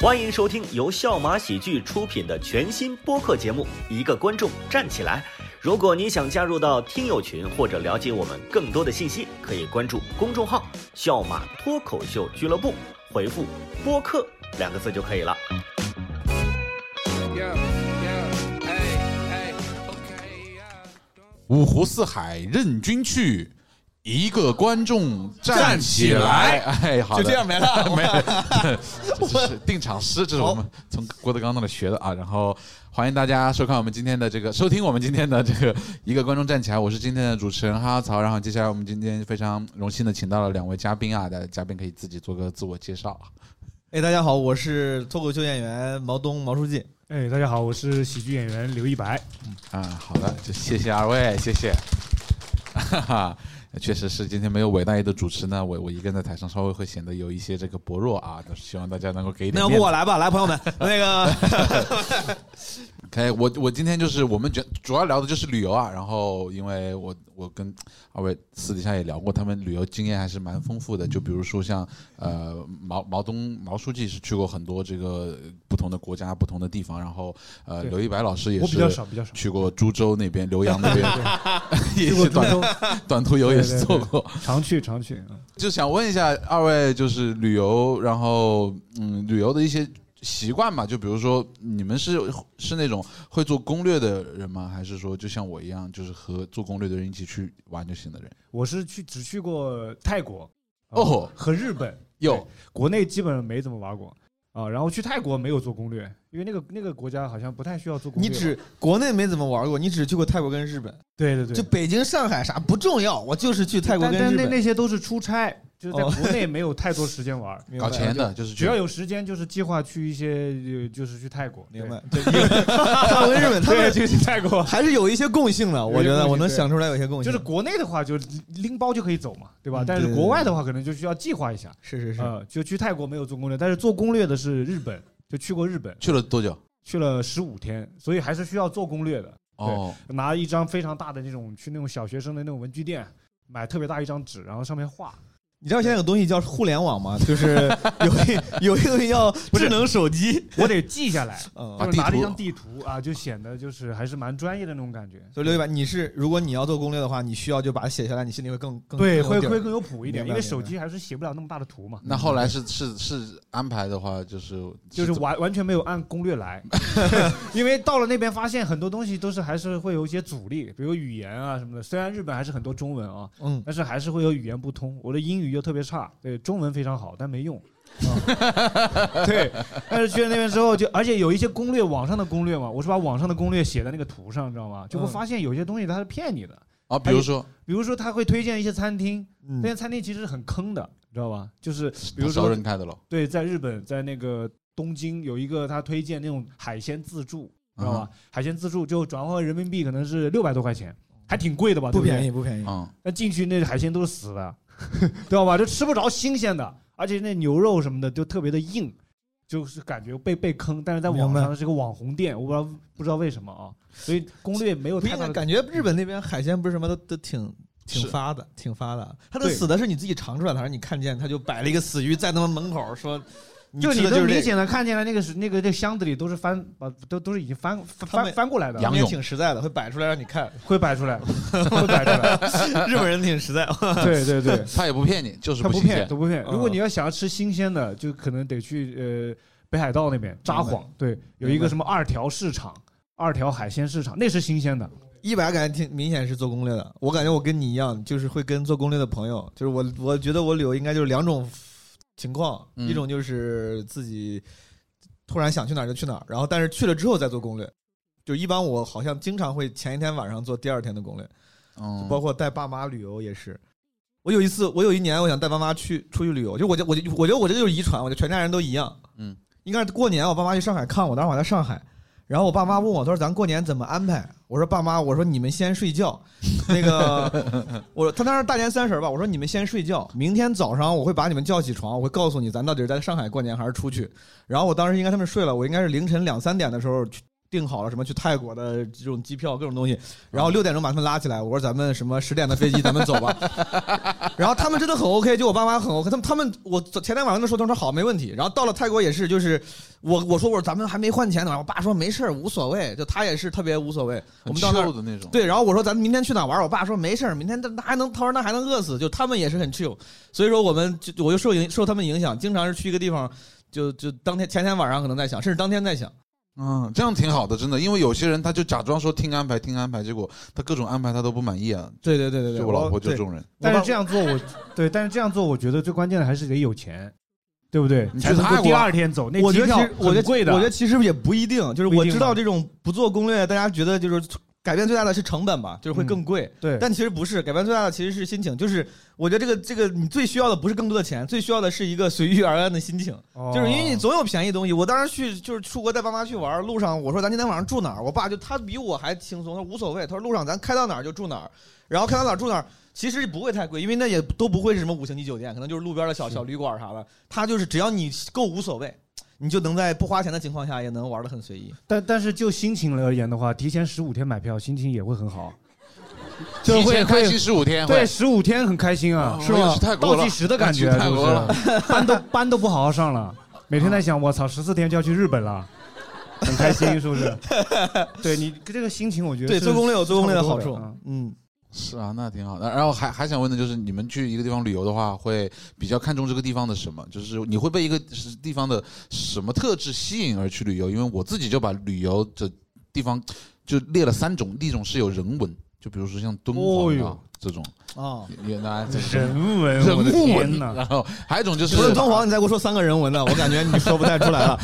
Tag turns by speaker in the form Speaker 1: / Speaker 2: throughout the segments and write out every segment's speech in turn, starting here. Speaker 1: 欢迎收听由笑马喜剧出品的全新播客节目《一个观众站起来》。如果你想加入到听友群或者了解我们更多的信息，可以关注公众号“笑马脱口秀俱乐部”，回复“播客”两个字就可以了。
Speaker 2: Yeah, yeah, hey, hey, okay, yeah.
Speaker 3: 五湖四海任君去，一个观众站起来。哎，好的，
Speaker 4: 就这样没了
Speaker 3: 没了。这是定场诗，这是我们从郭德纲那里学的啊。然后欢迎大家收看我们今天的这个，收听我们今天的这个一个观众站起来。我是今天的主持人哈曹。然后接下来我们今天非常荣幸的请到了两位嘉宾啊，大家嘉宾可以自己做个自我介绍。
Speaker 4: 哎，大家好，我是脱口秀演员毛东毛书记。
Speaker 5: 哎，大家好，我是喜剧演员刘一白。
Speaker 3: 啊，好的，就谢谢二位，谢 谢。哈哈，确实是今天没有伟大爷的主持呢，我我一个人在台上稍微会显得有一些这个薄弱啊，但是希望大家能够给一
Speaker 4: 那
Speaker 3: 点
Speaker 4: 要
Speaker 3: 面
Speaker 4: 不
Speaker 3: 子
Speaker 4: 我。来吧，来朋友 们，那个
Speaker 3: OK，我我今天就是我们主主要聊的就是旅游啊，然后因为我我跟二位私底下也聊过，他们旅游经验还是蛮丰富的，就比如说像呃毛毛东毛书记是去过很多这个不同的国家、不同的地方，然后呃
Speaker 5: 对
Speaker 3: 刘一白老师也
Speaker 5: 我比较
Speaker 3: 是
Speaker 5: 少，比较少。
Speaker 3: 去过株洲那边、浏阳那边， 也
Speaker 5: 去过
Speaker 3: 是
Speaker 5: 株
Speaker 3: 短
Speaker 5: 洲，
Speaker 3: 短途游也是
Speaker 5: 对对
Speaker 3: 做
Speaker 5: 对
Speaker 3: 过。
Speaker 5: 常去常去。嗯
Speaker 3: 就想问一下二位，就是旅游，然后嗯，旅游的一些习惯嘛，就比如说你们是是那种会做攻略的人吗？还是说就像我一样，就是和做攻略的人一起去玩就行的人？
Speaker 5: 我是去只去过泰国，啊
Speaker 3: 哦
Speaker 5: 和日本，
Speaker 3: 有
Speaker 5: 对国内基本没怎么玩过啊。然后去泰国没有做攻略，因为那个那个国家好像不太需要做攻
Speaker 4: 你
Speaker 5: 略吧。
Speaker 4: 只国内没怎么玩过，你只去过泰国跟日本，
Speaker 5: 对对对，
Speaker 4: 就北京、上海啥不重要，我就是去泰国
Speaker 5: 但
Speaker 4: 跟
Speaker 5: 但
Speaker 4: 日
Speaker 5: 那
Speaker 4: 本。
Speaker 5: 那些都是出差，就是在
Speaker 4: 哦
Speaker 5: 国内没有太多时间 玩。
Speaker 4: 明白
Speaker 3: 搞钱的，就是
Speaker 5: 只要
Speaker 3: 去
Speaker 5: 有时间，就是计划去一些，呃就是去泰国。对
Speaker 4: 明白？对，泰国跟日本他
Speaker 5: 对，
Speaker 4: 们
Speaker 5: 就去泰国。
Speaker 4: 还是有一些共性的，我觉
Speaker 5: 有一些共
Speaker 4: 得
Speaker 5: 性
Speaker 4: 我能
Speaker 5: 对
Speaker 4: 想出来有一些共
Speaker 5: 就
Speaker 4: 性。
Speaker 5: 是国内的话，就拎包就可以走嘛，对吧
Speaker 4: 嗯？
Speaker 5: 但
Speaker 4: 对
Speaker 5: 是
Speaker 4: 对
Speaker 5: 国
Speaker 4: 对
Speaker 5: 外的话，可能就需要计划一下。
Speaker 4: 是是是，
Speaker 5: 呃，就去泰国没有做攻略，但是做攻略的是日本，就去过日本，
Speaker 3: 去了多久？
Speaker 5: 去了十五天，所以还是需要做攻略的。
Speaker 3: 哦，
Speaker 5: 拿一张非常大的那种去那种小学生的那种文具店买特别大一张纸，然后上面画。
Speaker 4: 你知道现在有东西叫互联网 吗？就是有一有一个东西叫智能手机，
Speaker 5: 我得记下来，
Speaker 4: 嗯
Speaker 3: 把，
Speaker 5: 就是
Speaker 3: 地
Speaker 5: 拿着一
Speaker 3: 图
Speaker 5: 张地图啊，就显得就是还是蛮专业的那种感觉。
Speaker 4: 所以刘一白，你是如果你要做攻略的话，你需要就把它写下来，你心里会更更
Speaker 5: 对，
Speaker 4: 嗯更有
Speaker 5: 会
Speaker 4: 底儿
Speaker 5: 会更有谱一点，
Speaker 4: 明
Speaker 5: 因
Speaker 4: 白
Speaker 5: 为
Speaker 4: 明白
Speaker 5: 手机还是写不了那么大的图嘛。
Speaker 3: 那后来是是是安排的话，就是
Speaker 5: 就是
Speaker 3: 怎么
Speaker 5: 完完全没有按攻略来，因为到了那边发现很多东西都是还是会有一些阻力，比如语言啊什么的。虽然日本还是很多中文啊，
Speaker 4: 嗯，
Speaker 5: 但是还是会有语言不通。我的英语又特别差，对中文非常好，但没用。啊对，但是去了那边之后就，而且有一些攻略，网上的攻略嘛，我是把网上的攻略写在那个图上，你知道吗？就会
Speaker 4: 嗯
Speaker 5: 发现有些东西它是骗你的，
Speaker 3: 啊，比如说
Speaker 5: 比如说他会推荐一些餐厅，
Speaker 4: 嗯
Speaker 5: 那些餐厅其实很坑的，你知道吧？就是比如
Speaker 3: 他招
Speaker 5: 说
Speaker 3: 人开的喽，
Speaker 5: 对，在日本，在那个东京有一个他推荐那种海鲜自助，知
Speaker 4: 啊
Speaker 5: 道吧？海鲜自助就转换人民币可能是六百多块钱，还挺贵的吧？
Speaker 4: 不
Speaker 5: 对
Speaker 4: 便
Speaker 5: 宜。
Speaker 4: 宜，不便宜。
Speaker 3: 嗯，
Speaker 5: 那进去那海鲜都是死的， 知道吧？就吃不着新鲜的，而且那牛肉什么的就特别的硬，就是感觉被被坑。但是在网
Speaker 4: 明白
Speaker 5: 上它是个网红店，我不知道不知道为什么啊，所以攻略没有
Speaker 4: 不
Speaker 5: 太
Speaker 4: 应
Speaker 5: 大
Speaker 4: 该
Speaker 5: 的。
Speaker 4: 感觉日本那边海鲜不是什么都都挺挺
Speaker 3: 是
Speaker 4: 发的，挺发的。它的
Speaker 5: 对
Speaker 4: 死的是你自己尝出来的，还是你看见它就摆了一个死鱼在他们门口说，你
Speaker 5: 就
Speaker 4: 吃
Speaker 5: 你
Speaker 4: 的就
Speaker 5: 能明
Speaker 4: 是这个
Speaker 5: 显的看见了，那个是那个这箱子里都是翻，把都都是已经翻
Speaker 4: 他们
Speaker 5: 翻翻过来的，
Speaker 3: 羊
Speaker 4: 他们也
Speaker 3: 泳
Speaker 4: 挺实在的，会摆出来让你 看。
Speaker 5: 会摆出来， 会摆出来。
Speaker 4: 日本人挺实在，
Speaker 5: 对对对，
Speaker 3: 他也不骗你，就是
Speaker 5: 他不
Speaker 3: 新
Speaker 5: 骗，
Speaker 3: 鲜
Speaker 5: 他。不骗。
Speaker 4: 嗯
Speaker 5: 如果你要想要吃新鲜的，就可能得去呃北海道那边札幌，对，有一个什么二条市场，二条海鲜市场，那是新鲜的。
Speaker 4: 一百感觉挺明显是做攻略的。我感觉我跟你一样，就是会跟做攻略的朋友，就是我我觉得我旅游应该就是两种情况，
Speaker 3: 嗯
Speaker 4: 一种就是自己突然想去哪儿就去哪儿，然后但是去了之后再做攻略。就一般我好像经常会前一天晚上做第二天的攻略。
Speaker 3: 嗯，
Speaker 4: 包括带爸妈旅游也是。我有一次，我有一年，我想带爸妈去出去旅游，就我就我就我觉得我这个就是遗传，我觉得全家人都一样。
Speaker 3: 嗯，
Speaker 4: 应该是过年我爸妈去上海看我，当时我还在上海，然后我爸妈问我，他说咱过年怎么安排？我说爸妈，我说你们先睡觉，那个 我说他当时大年三十儿吧，我说你们先睡觉，明天早上我会把你们叫起床，我会告诉你咱到底是在上海过年还是出去。然后我当时应该他们睡了，我应该是凌晨两三点的时候去订好了什么去泰国的这种机票各种东西，然后六点钟把他们拉起来，我说咱们什么十点的飞机咱们走吧，然后他们真的很 OK，就我爸妈很 OK，他们他们我昨前天晚上的时候他们说好没问题，然后到了泰国也是就是我我说我说咱们还没换钱呢，我爸说没事儿无所谓，就他也是特别无所谓，我们到那儿
Speaker 3: 很 chill 的那种，
Speaker 4: 对，然后我说咱们明天去哪玩儿？我爸说没事儿，明天那还能，他说那还能饿死，就他们也是很 chill，所以说我们就我就受影受他们影响，经常是去一个地方，就就当天前天晚上可能在想，甚至当天在想，
Speaker 3: 嗯，这样挺好的，真的，因为有些人他就假装说听安排听安排，结果他各种安排他都不满意啊。
Speaker 4: 对对对对对，
Speaker 3: 就我老婆
Speaker 4: 对
Speaker 3: 就这种人，
Speaker 5: 但是
Speaker 4: 我
Speaker 5: 这样做我，对，但是这样做，我觉得最关键的还是得有钱，对不对？
Speaker 3: 你去
Speaker 5: 才能
Speaker 3: 泰
Speaker 5: 够
Speaker 3: 国
Speaker 5: 第二天走，那
Speaker 4: 我觉
Speaker 5: 机
Speaker 4: 得
Speaker 5: 票
Speaker 4: 其实我觉
Speaker 5: 很
Speaker 4: 得
Speaker 5: 贵的，
Speaker 4: 我觉得其实也不一定，就是
Speaker 5: 不
Speaker 4: 我
Speaker 5: 一定啊
Speaker 4: 知道
Speaker 5: 吧
Speaker 4: 这种不做攻略，大家觉得就是改变最大的是成本吧，就是会更贵。
Speaker 5: 嗯对，
Speaker 4: 但其实不是，改变最大的其实是心情，就是我觉得这个这个你最需要的不是更多的钱，最需要的是一个随遇而安的心情。就是因为你
Speaker 5: 哦
Speaker 4: 总有便宜东西。我当时去就是出国带爸妈去玩，路上我说咱今天晚上住哪儿，我爸就他比我还轻松，他说无所谓，他说路上咱开到哪儿就住哪儿，然后开到哪儿住哪儿，其实不会太贵，因为那也都不会是什么五星级酒店，可能就是路边的小小旅馆啥的。他就是只要你够无所谓，你就能在不花钱的情况下也能玩的很随意。
Speaker 5: 但但是就心情而言的话，提前十五天买票，心情也会很好，就
Speaker 3: 提
Speaker 5: 会
Speaker 3: 前开
Speaker 5: 会
Speaker 3: 心十五天，
Speaker 5: 对十五天很开心啊，
Speaker 3: 哦
Speaker 5: 是
Speaker 3: 我也
Speaker 5: 吧
Speaker 3: 去泰？国
Speaker 5: 倒
Speaker 3: 了
Speaker 5: 计时的感觉，
Speaker 3: 我也去泰
Speaker 5: 是不
Speaker 3: 国了
Speaker 5: 是？班都班都不好好上了，每天在想，我操，十四天就要去日本 了。很开心，是不是？对你这个心情，我觉得
Speaker 4: 对，
Speaker 5: 是
Speaker 4: 做攻略有做攻略好
Speaker 5: 差不
Speaker 4: 处
Speaker 5: 多的啊。
Speaker 4: 嗯，
Speaker 3: 是啊，那挺好的。然后还还想问的就是，你们去一个地方旅游的话，会比较看重这个地方的什么？就是你会被一个地方的什么特质吸引而去旅游？因为我自己就把旅游的地方就列了三种，第一种是有人文，就比如说像敦
Speaker 5: 哦
Speaker 3: 煌啊
Speaker 5: 哟
Speaker 3: 这种，
Speaker 5: 嗯
Speaker 4: 哦。
Speaker 3: 也那这种
Speaker 5: 人文，我的
Speaker 3: 人
Speaker 5: 天
Speaker 3: 文。
Speaker 5: 哪！
Speaker 3: 然后还有一种就是
Speaker 4: 除了敦煌，你再给我说三个人文的，我感觉你说不太出 来了。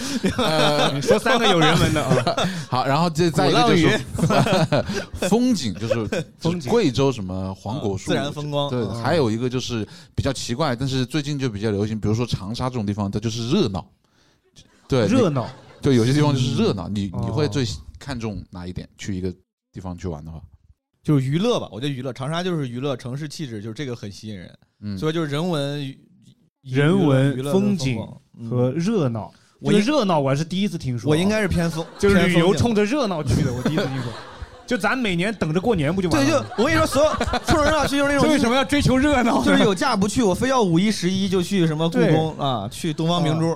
Speaker 5: 你说三个有人文的啊，
Speaker 3: 好，然后这再一个就是 风景，就是
Speaker 5: 风景
Speaker 3: 贵州什么黄果树，
Speaker 4: 自然风哦光
Speaker 3: 对，还有一个就是比较奇怪，但是最近就比较流行，比如说长沙这种地方，它就是热闹。对，
Speaker 5: 热闹。
Speaker 3: 你对有些地方就是热闹。你
Speaker 4: 嗯
Speaker 5: 哦
Speaker 3: 你会最看重哪一点？去一个地方去玩的话，
Speaker 4: 就是娱乐吧，我觉得娱乐，长沙就是娱乐，城市气质就是这个很吸引人，
Speaker 3: 嗯，
Speaker 4: 所以就是人文、娱
Speaker 5: 人文
Speaker 4: 娱乐
Speaker 5: 风
Speaker 4: 跟
Speaker 5: 景
Speaker 4: 光嗯
Speaker 5: 和热闹。
Speaker 4: 我
Speaker 5: 这个
Speaker 4: 应
Speaker 5: 热闹我还是第一次听说啊，
Speaker 4: 我应该是偏风，
Speaker 5: 就是
Speaker 4: 偏
Speaker 5: 旅游
Speaker 4: 风景
Speaker 5: 冲着热闹去的，我第一次听说。就咱每年等着过年不就完
Speaker 4: 对，就
Speaker 5: 了？
Speaker 4: 我跟你说，所有冲着热闹去 就是那种，
Speaker 5: 么要追求热闹
Speaker 4: 就是有假不去，我非要五一十一就去什么故
Speaker 5: 对
Speaker 4: 宫啊，去东方明珠，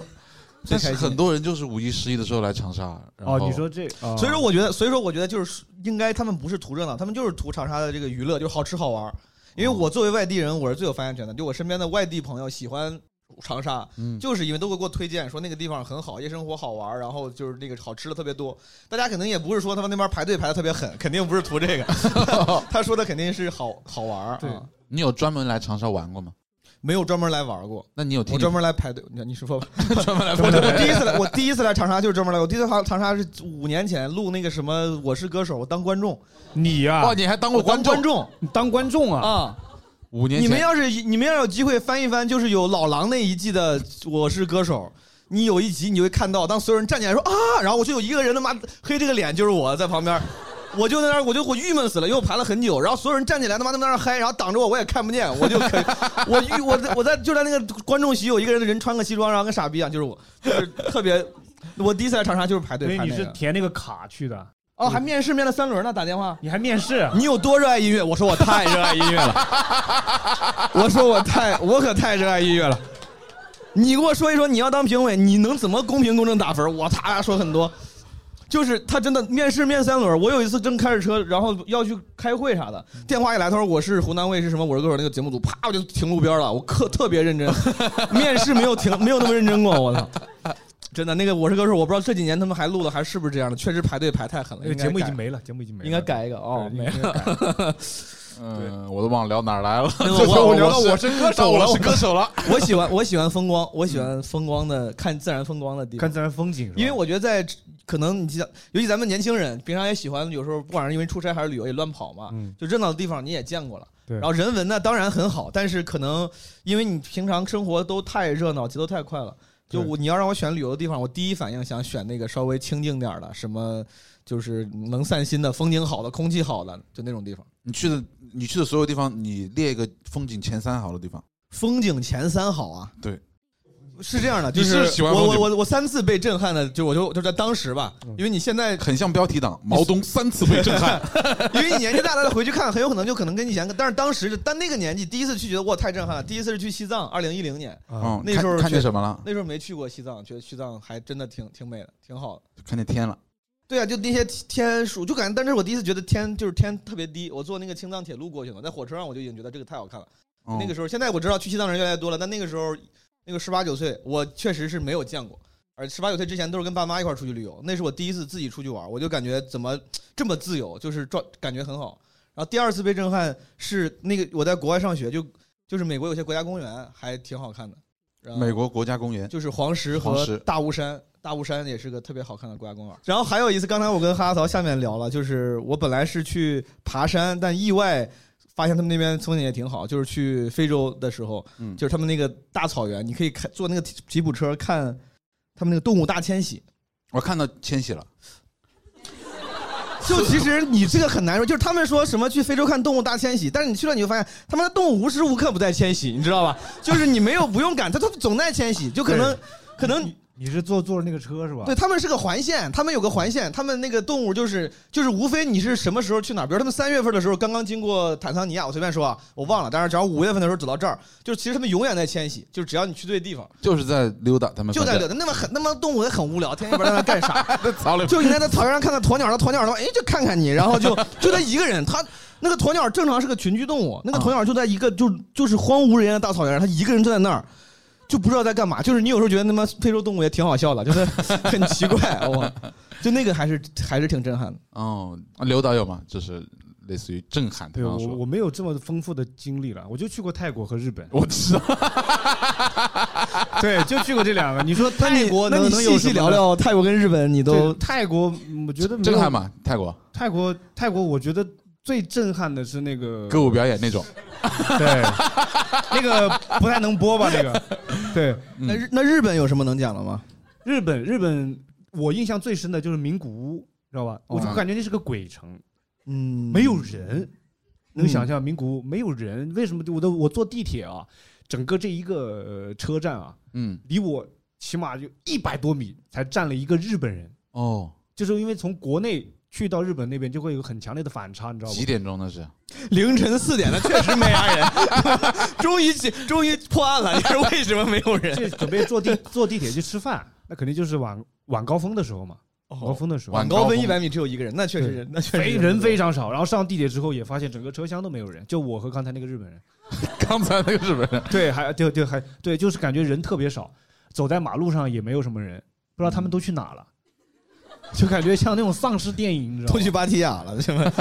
Speaker 4: 最
Speaker 3: 但
Speaker 4: 开
Speaker 3: 是
Speaker 4: 心
Speaker 3: 很。多人就是五一、十一的时候来长沙。然
Speaker 5: 哦，
Speaker 3: 后
Speaker 5: 你说这，哦
Speaker 4: 所以说，我觉得，所以说，我觉得就是应该他们不是图热闹，他们就是图长沙的这个娱乐，就是好吃好玩儿。因为我作为外地人，我是最有发言权的。就我身边的外地朋友喜欢长沙，
Speaker 3: 嗯，
Speaker 4: 就是因为都会给我推荐说那个地方很好，夜生活好玩儿，然后就是那个好吃的特别多。大家可能也不是说他们那边排队排的特别狠，肯定不是图 这个。 他说的肯定是好好玩儿、啊，
Speaker 5: 对
Speaker 3: 你有专门来长沙玩过吗？
Speaker 4: 没有专门来玩儿过。
Speaker 3: 那你有
Speaker 4: 我
Speaker 3: 听
Speaker 4: 专门来排队，你你说吧。
Speaker 3: 专门来
Speaker 4: 我我第一次来，我第一次来长沙就是专门来。我第一次来长沙是五年前录那个什么《我是歌手》，我当观众，
Speaker 5: 你
Speaker 3: 哇，
Speaker 5: 呀，
Speaker 3: 你还当
Speaker 4: 啊我
Speaker 3: 过
Speaker 4: 当
Speaker 3: 哦观
Speaker 4: 观
Speaker 3: 众？
Speaker 4: 众
Speaker 5: 你当观众啊，
Speaker 4: 啊！
Speaker 3: 五年
Speaker 4: 你们
Speaker 3: 前
Speaker 4: 要是你们要有机会翻一翻，就是有老狼那一季的《我是歌手》。你有一集，你就会看到，当所有人站起来说啊，然后我就有一个人他妈黑这个脸，就是我在旁边，我就在那儿，我就我郁闷死了，因为我盘了很久，然后所有人站起来他妈在那儿嗨，然后挡着我，我也看不见，我就可以我郁我在我在就在那个观众席有一个人人穿个西装，然后跟傻逼一样，就是我，就是特别，我第一次来长沙就是排
Speaker 5: 所
Speaker 4: 队
Speaker 5: 以
Speaker 4: 排
Speaker 5: 你
Speaker 4: 那
Speaker 5: 是
Speaker 4: 个，
Speaker 5: 填那个卡去的，
Speaker 4: 哦，还面试面了三轮呢，打电话，
Speaker 5: 你还面 试，
Speaker 4: 你有多热爱音乐？我说我太热爱啊音乐 了，我说我太我可太热爱音乐了。你给我说一说，你要当评委，你能怎么公平公正打分？我他说很多，就是他真的面试面三轮。我有一次正开着车，然后要去开会啥的，电话一来，他说我是湖南卫视什么我是歌手那个节目组，啪我就停路边了。我特特别认真，面试没有停没有那么认真过，我操！真的那个我是歌手，我不知道这几年他们还录了还是不是这样的，确实排队排太狠了。
Speaker 5: 那个
Speaker 4: 应该
Speaker 5: 哎节目已
Speaker 4: 改
Speaker 5: 经没了，节目已经没了，
Speaker 4: 应该改一个哦，
Speaker 5: 对
Speaker 4: 没。
Speaker 5: 应该改
Speaker 3: 嗯，我都忘了聊哪儿来了。
Speaker 4: 那
Speaker 3: 最后
Speaker 4: 我
Speaker 3: 聊到
Speaker 4: 我
Speaker 3: 我是歌手了，
Speaker 4: 我
Speaker 3: 我是歌手了。
Speaker 4: 我喜欢我喜欢风光，我喜欢风光的看自然风光的地
Speaker 5: 看
Speaker 4: 方，
Speaker 5: 自然风景是吧，
Speaker 4: 因为我觉得在可能你像，尤其咱们年轻人，平常也喜欢有时候不管是因为出差还是旅游也乱跑嘛，
Speaker 5: 嗯，
Speaker 4: 就热闹的地方你也见过了。
Speaker 5: 对
Speaker 4: 然后人文呢当然很好，但是可能因为你平常生活都太热闹，节奏太快了。就
Speaker 5: 对
Speaker 4: 我你要让我选旅游的地方，我第一反应想选那个稍微清静点儿的，什么就是能散心的、风景好的、空气好的，就那种地方。
Speaker 3: 你去的你去的所有地方，你列一个风景前三好的地方。
Speaker 4: 风景前三好啊！
Speaker 3: 对，
Speaker 4: 是这样的，
Speaker 3: 你
Speaker 4: 就是
Speaker 3: 喜欢
Speaker 4: 我
Speaker 3: 风
Speaker 4: 我
Speaker 3: 景嗯
Speaker 4: 我我三次被震撼的，就我就就在当时吧，因为你现 在
Speaker 3: 很像标题党，毛东三次被震撼，
Speaker 4: 因为你年纪大了，回去看很有可能就可能跟以前，但是当时但那个年纪第一次去觉得哇太震撼了，第一次是去西藏，二零一零年
Speaker 3: 嗯，
Speaker 4: 那时候
Speaker 3: 看看见
Speaker 4: 确
Speaker 3: 什么了？
Speaker 4: 那时候没去过西藏，觉得西藏还真的挺挺美的，挺好的。
Speaker 3: 看见天了，
Speaker 4: 对啊，就那些天数，就感觉，但是我第一次觉得天就是天特别低。我坐那个青藏铁路过去嘛，在火车上我就已经觉得这个太好看了。
Speaker 3: 嗯
Speaker 4: 那个时候，现在我知道去西藏人越来越多了，但那个时候，那个十八九岁，我确实是没有见过。而十八九岁之前都是跟爸妈一块儿出去旅游，那是我第一次自己出去玩，我就感觉怎么这么自由，就是状感觉很好。然后第二次被震撼是那个我在国外上学，就就是美国有些国家公园还挺好看的。然后
Speaker 3: 美国国家公园，
Speaker 4: 就是黄石
Speaker 3: 黄
Speaker 4: 和
Speaker 3: 石
Speaker 4: 大雾山，大雾山也是个特别好看的国家公园。然后还有一次，刚才我跟哈曹下面聊了，就是我本来是去爬山，但意外发现他们那边风景也挺好。就是去非洲的时候，
Speaker 3: 嗯
Speaker 4: 就是他们那个大草原，你可以看坐那个吉吉普车看他们那个动物大迁徙。
Speaker 3: 我看到千玺了，
Speaker 4: 就其实你这个很难说，就是他们说什么去非洲看动物大迁徙，但是你去了你就发现，他们的动物无时无刻不在迁徙，你知道吧？就是你没有不用赶，它它总在迁徙，就可能可能
Speaker 5: 你你是坐坐着那个车是吧？
Speaker 4: 对他们是个环线，他们有个环线，他们那个动物就是就是无非你是什么时候去哪儿，比如他们三月份的时候刚刚经过坦桑尼亚，我随便说啊，我忘了，但是只要五月份的时候走到这儿，就是其实他们永远在迁徙，就是只要你去对地方，
Speaker 3: 就是在溜达，他们
Speaker 4: 就在
Speaker 3: 反
Speaker 4: 这
Speaker 3: 正，
Speaker 4: 那么很那么动物也很无聊，天天不 知道在那干啥，
Speaker 3: 操了，
Speaker 4: 就应该在草原上看到鸵鸟，那鸵鸟的话，哎，就看看你，然后 就就他一个人，他那个鸵鸟正常是个群居动物，那个鸵鸟就在一个就就是荒无人烟的大草原上，他一个人就在那儿。就不知道在干嘛，就是你有时候觉得他妈非洲动物也挺好笑的，就是 很奇怪，哇！就那个还是还是挺震撼的。
Speaker 3: 哦，刘导有吗？就是类似于震撼，他
Speaker 5: 对，
Speaker 3: 刚
Speaker 4: 啊
Speaker 5: 我
Speaker 3: 刚说，，
Speaker 5: 我没有这么丰富的经历了，我就去过泰国和日本
Speaker 3: 我知道，
Speaker 5: 对，就去过这两 个。你说泰
Speaker 4: 啊泰国
Speaker 5: 那
Speaker 4: 能
Speaker 5: 你
Speaker 4: 能
Speaker 5: 有
Speaker 4: 细细
Speaker 5: 什么
Speaker 4: 聊
Speaker 5: 呢
Speaker 4: 聊泰国跟日本，你
Speaker 5: 对
Speaker 4: 都
Speaker 5: 泰国，嗯我觉得没有
Speaker 3: 震撼吗？泰国
Speaker 5: 泰国，泰国，我觉得最震撼的是那个
Speaker 3: 歌舞表演那种，
Speaker 5: 对，那个不太能播吧？那个，对，
Speaker 4: 那日那日本有什么能讲的吗？
Speaker 5: 日本，日本，我印象最深的就是名古屋，知道吧？我就
Speaker 3: 哦
Speaker 5: 感觉那是个鬼城，
Speaker 4: 嗯，
Speaker 5: 没有人，能
Speaker 4: 嗯
Speaker 5: 想象名古屋没有人？为什么？我都我坐地铁啊，整个这一个呃车站啊，
Speaker 3: 嗯，
Speaker 5: 离我起码就一百多米才站了一个日本人，
Speaker 3: 哦，
Speaker 5: 就是因为从国内去到日本那边就会有很强烈的反差，你知道吗
Speaker 3: 几？点钟那是？
Speaker 4: 凌晨四点，那确实没啥人。终于解终于破案了，就是为什么没有人？
Speaker 5: 这准备坐地 坐地铁去吃饭，那肯定就是晚晚高峰的时候嘛，晚哦高峰的时候，
Speaker 3: 晚
Speaker 4: 高
Speaker 3: 高
Speaker 4: 分
Speaker 3: 峰
Speaker 4: 一百米只有一个人，那确实
Speaker 5: 对
Speaker 4: 是，那确实
Speaker 5: 非
Speaker 4: 是
Speaker 5: 人非常少。然后上地铁之后也发现整个车厢都没有人，就我和刚才那个日本人。
Speaker 3: 刚才那个日本人，
Speaker 5: 对，还对对还对，就是感觉人特别少，走在马路上也没有什么人，不知道他
Speaker 4: 嗯
Speaker 5: 们都去哪了。就感觉像那种丧尸电影，你知道
Speaker 4: 都
Speaker 5: 吗
Speaker 4: 去？芭提雅了，是吗？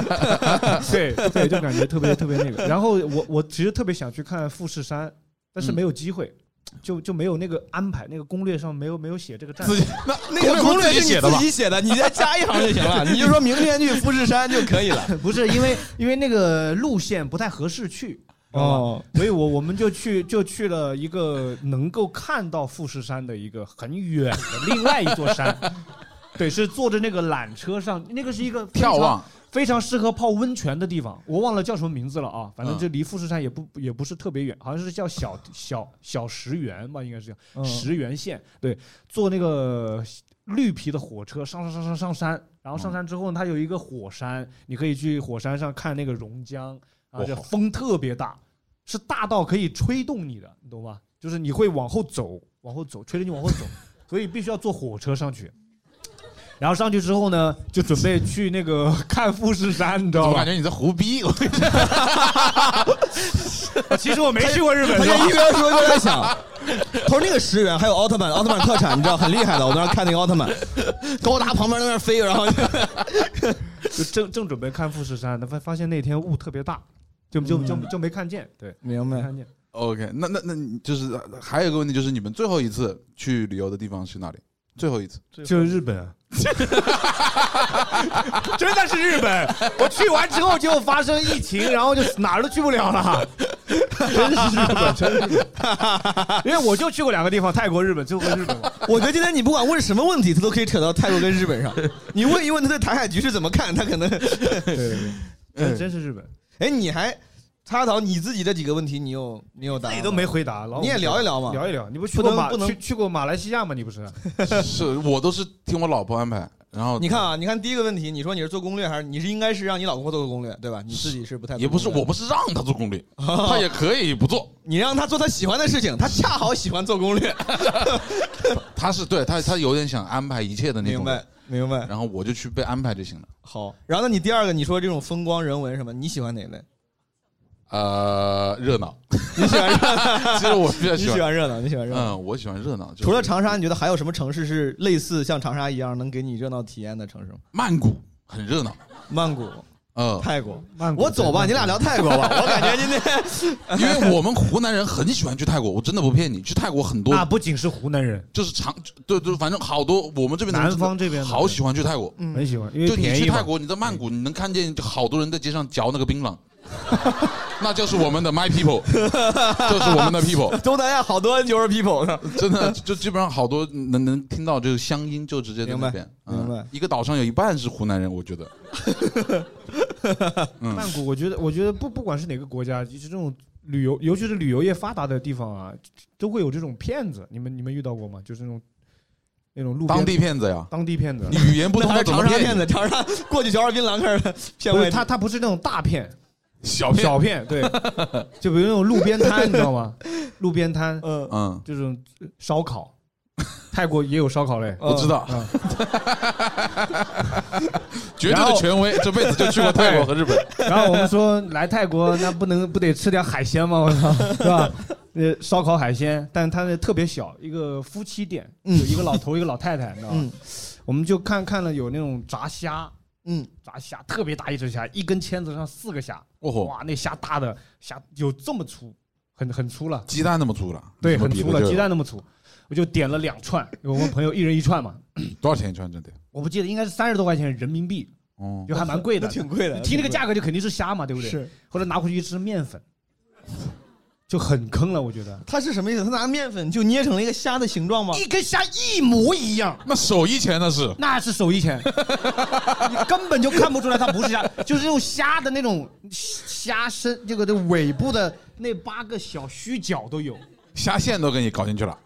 Speaker 5: 对对，就感觉特别特别那个。然后我我其实特别想去看富士山，但是没有机会，就就没有那个安排，那个攻略上没有没有写这个站。
Speaker 3: 自己那
Speaker 4: 那个攻略
Speaker 3: 自己
Speaker 4: 是
Speaker 3: 写的
Speaker 4: 你
Speaker 3: 吧
Speaker 4: 自？己写的，你再加一行就行了，你就说明天去富士山就可以了。
Speaker 5: 不是因为因为那个路线不太合适去，哦，
Speaker 4: 哦，
Speaker 5: 所以我我们就去就去了一个能够看到富士山的一个很远的另外一座山，对，是坐着那个缆车上，那个是一个非常
Speaker 3: 眺望，
Speaker 5: 非常适合泡温泉的地方，我忘了叫什么名字了啊，
Speaker 3: 嗯
Speaker 5: 反正这离富士山也不也不是特别远，好像是叫小小小石原吧，应该是叫
Speaker 3: 嗯
Speaker 5: 石原县，对，坐那个绿皮的火车上上上上上山，然后上
Speaker 3: 嗯
Speaker 5: 山之后呢，它有一个火山，你可以去火山上看那个熔浆，啊，这
Speaker 3: 哇
Speaker 5: 风特别大，是大到可以吹动你的，你懂吗？就是你会往后走，往后走，吹着你往后 走，所以必须要坐火车上去。然后上去之后呢，就准备去那个看富士山，你知道
Speaker 3: 我
Speaker 5: 吧
Speaker 3: 感？觉你在胡逼， 我
Speaker 5: 其实我没去过日本
Speaker 4: 他，这一边说一边在想，他说那个石原还有奥特曼，奥特曼特产你知道很厉害的，我在那儿看那个奥特曼，高达旁边在那儿飞，然后
Speaker 5: 就正正准备看富士山，发发现那天雾特别大，就就就
Speaker 3: 嗯
Speaker 5: 就没看见，对，
Speaker 4: 明
Speaker 5: 没看见。
Speaker 3: OK，那那那你就是还有一个问题，就是你们最后一次去旅游的地方是哪里？最后 一次，
Speaker 5: 就是日本，啊 真的是日本。我去完之后就发生疫情，然后就哪儿都去不了了。真是日本，真是日本。因为我就去过两个地方，泰国、日本，最后日本嘛。
Speaker 4: 我觉得今天你不管问什么问题，他都可以扯到泰国跟日本上。你问一问他对台海局势怎么看，他可能
Speaker 5: 对对对，真真是日本。
Speaker 4: 哎，你还擦导，你自己这几个问题，你有你有答
Speaker 5: 自己
Speaker 4: 案？
Speaker 5: 都没，回答，老
Speaker 4: 你也聊一
Speaker 5: 一
Speaker 4: 聊嘛。
Speaker 5: 聊一聊。你不去
Speaker 4: 不
Speaker 5: 过
Speaker 4: 能
Speaker 5: 马
Speaker 4: 不能
Speaker 5: 去去过马来西亚吗？你不是？
Speaker 3: 是我都是听我老婆安排，然后
Speaker 4: 你看啊，你看第一个问题，你说你是做攻略还是你是应该是让你老婆做个攻略，对吧？你自己是不太做
Speaker 3: 也不是
Speaker 4: 攻略
Speaker 3: 我，不是让她做攻略，
Speaker 4: 啊
Speaker 3: 她也可以不做，
Speaker 4: 你让她做她喜欢的事情，她恰好喜欢做攻略，
Speaker 3: 她是对她她有点想安排一切的那
Speaker 4: 明
Speaker 3: 种
Speaker 4: 白
Speaker 3: 人，
Speaker 4: 明白。
Speaker 3: 然后我就去被安排就行了。
Speaker 4: 好，然后那你第二个，你说这种风光人文什么，你喜欢哪类？
Speaker 3: 呃，热闹，
Speaker 4: 你喜欢热闹，
Speaker 3: 其实我比较
Speaker 4: 你
Speaker 3: 喜
Speaker 4: 喜
Speaker 3: 欢，
Speaker 4: 欢热闹，你喜欢热闹。
Speaker 3: 嗯，我喜欢热闹。就是
Speaker 4: 除了长沙，你觉得还有什么城市是类似像长沙一样能给你热闹体验的城市吗？
Speaker 3: 曼谷很热闹，
Speaker 4: 曼谷、
Speaker 3: 嗯，
Speaker 4: 泰国，
Speaker 5: 曼谷
Speaker 4: 我走吧，
Speaker 5: 对
Speaker 4: 你俩聊泰国吧。我感觉今天
Speaker 3: 因为我们湖南人很喜欢去泰国，我真的不骗你，去泰国很多
Speaker 5: 那不仅是湖南人，
Speaker 3: 就是长，对对，反正好多我们这边的人
Speaker 5: 南方这边的
Speaker 3: 好喜欢去泰国。
Speaker 4: 嗯
Speaker 5: 很喜欢，因为
Speaker 3: 就你
Speaker 5: 便宜
Speaker 3: 去
Speaker 5: 嘛嗯
Speaker 3: 泰国，你在曼谷，你能看见好多人在街上嚼那个槟榔， 那就是我们的 my people，就是我们 的 people，
Speaker 4: 东南亚好多 NGO people 呢。
Speaker 3: 真的就基本上好多能能听到就是乡音，就直接在那边。
Speaker 4: 明白明白
Speaker 3: 嗯一个岛上有一半是湖南人，我觉得嗯
Speaker 5: 曼谷，我觉得，我觉得不不管是哪个国家，就是这种旅游，尤其是旅游业发达的地方啊，都会有这种骗子。你们你们遇到过吗？就是那种那种路边
Speaker 3: 当地骗 子呀，
Speaker 5: 当地骗子
Speaker 3: 你，语言不通
Speaker 4: 那还
Speaker 3: 的
Speaker 4: 是
Speaker 3: 怎么
Speaker 4: 长沙
Speaker 3: 骗
Speaker 4: 骗
Speaker 3: 你？
Speaker 4: 子，长沙过去嚼着槟榔开始骗
Speaker 5: 不
Speaker 4: 外
Speaker 5: 是
Speaker 4: 地
Speaker 5: 他他不是那种大骗，
Speaker 3: 小 骗，
Speaker 5: 小骗对，就比如那种路边 摊，你知道吗？路边摊
Speaker 4: 嗯，
Speaker 3: 嗯，
Speaker 5: 这种烧烤，泰国也有烧烤嘞。
Speaker 4: 嗯
Speaker 3: 我知道
Speaker 5: 嗯，
Speaker 3: 绝对的权威，这辈子就去过泰国和 日本。
Speaker 5: 然后我们说来泰国，那不能不得吃点海鲜吗？我 操，是吧？呃，烧烤海鲜，但它那特别小，一个夫妻店，
Speaker 4: 嗯
Speaker 5: 有一个老头，一个老太太，你知道吧？
Speaker 4: 嗯
Speaker 5: 我们就看看了有那种炸虾，
Speaker 4: 嗯，
Speaker 5: 炸虾特别大一只虾，一根签子上四个虾，
Speaker 3: 哦吼，
Speaker 5: 哇，那虾大的虾有这么粗，很很粗了，
Speaker 3: 鸡蛋那么粗了，
Speaker 5: 对，
Speaker 3: 有什么
Speaker 5: 很
Speaker 3: 比
Speaker 5: 粗
Speaker 3: 的
Speaker 5: 了，
Speaker 3: 这个
Speaker 5: 鸡蛋那么粗，我就点了两串，我们朋友一人一串嘛，
Speaker 3: 多少钱一串这得？
Speaker 5: 我不记得应该是三十多块钱人民币，
Speaker 3: 哦，
Speaker 5: 就还蛮贵的
Speaker 4: 那，挺贵的，
Speaker 5: 听这个价格就肯定是虾嘛，对不对？
Speaker 4: 是。
Speaker 5: 后来拿回去一吃面粉，就很坑了，我觉得。
Speaker 4: 他是什么意思？他拿面粉就捏成了一个虾的形状吗？
Speaker 5: 一根虾一模一样，
Speaker 3: 那手艺钱那是
Speaker 5: 那是手艺钱，你根本就看不出来它不是虾，就是用虾的那种虾身这个的尾部的那八个小须角都有，
Speaker 3: 虾线都给你搞进去了。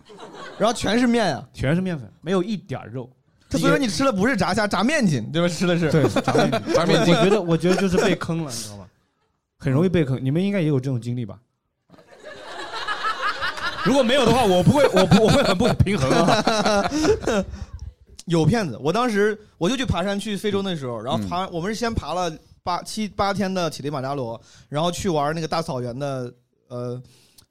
Speaker 4: 然后全是面呀、啊。
Speaker 5: 全是面粉，没有一点儿肉。
Speaker 4: 他所以说你吃的不是炸虾，炸面筋，对吧？吃的是
Speaker 5: 对，
Speaker 3: 咱
Speaker 5: 我
Speaker 3: 们已 经
Speaker 5: 觉得我觉得就是被坑了，你知道吗？很容易被坑，你们应该也有这种经历吧？如果没有的话，我不会，我不我会很不平衡啊。
Speaker 4: 有骗子。我当时我就去爬山，去非洲那时候，然
Speaker 5: 嗯
Speaker 4: 后爬，我们是先爬了八七八天的乞力马扎罗，然后去玩那个大草原的，呃，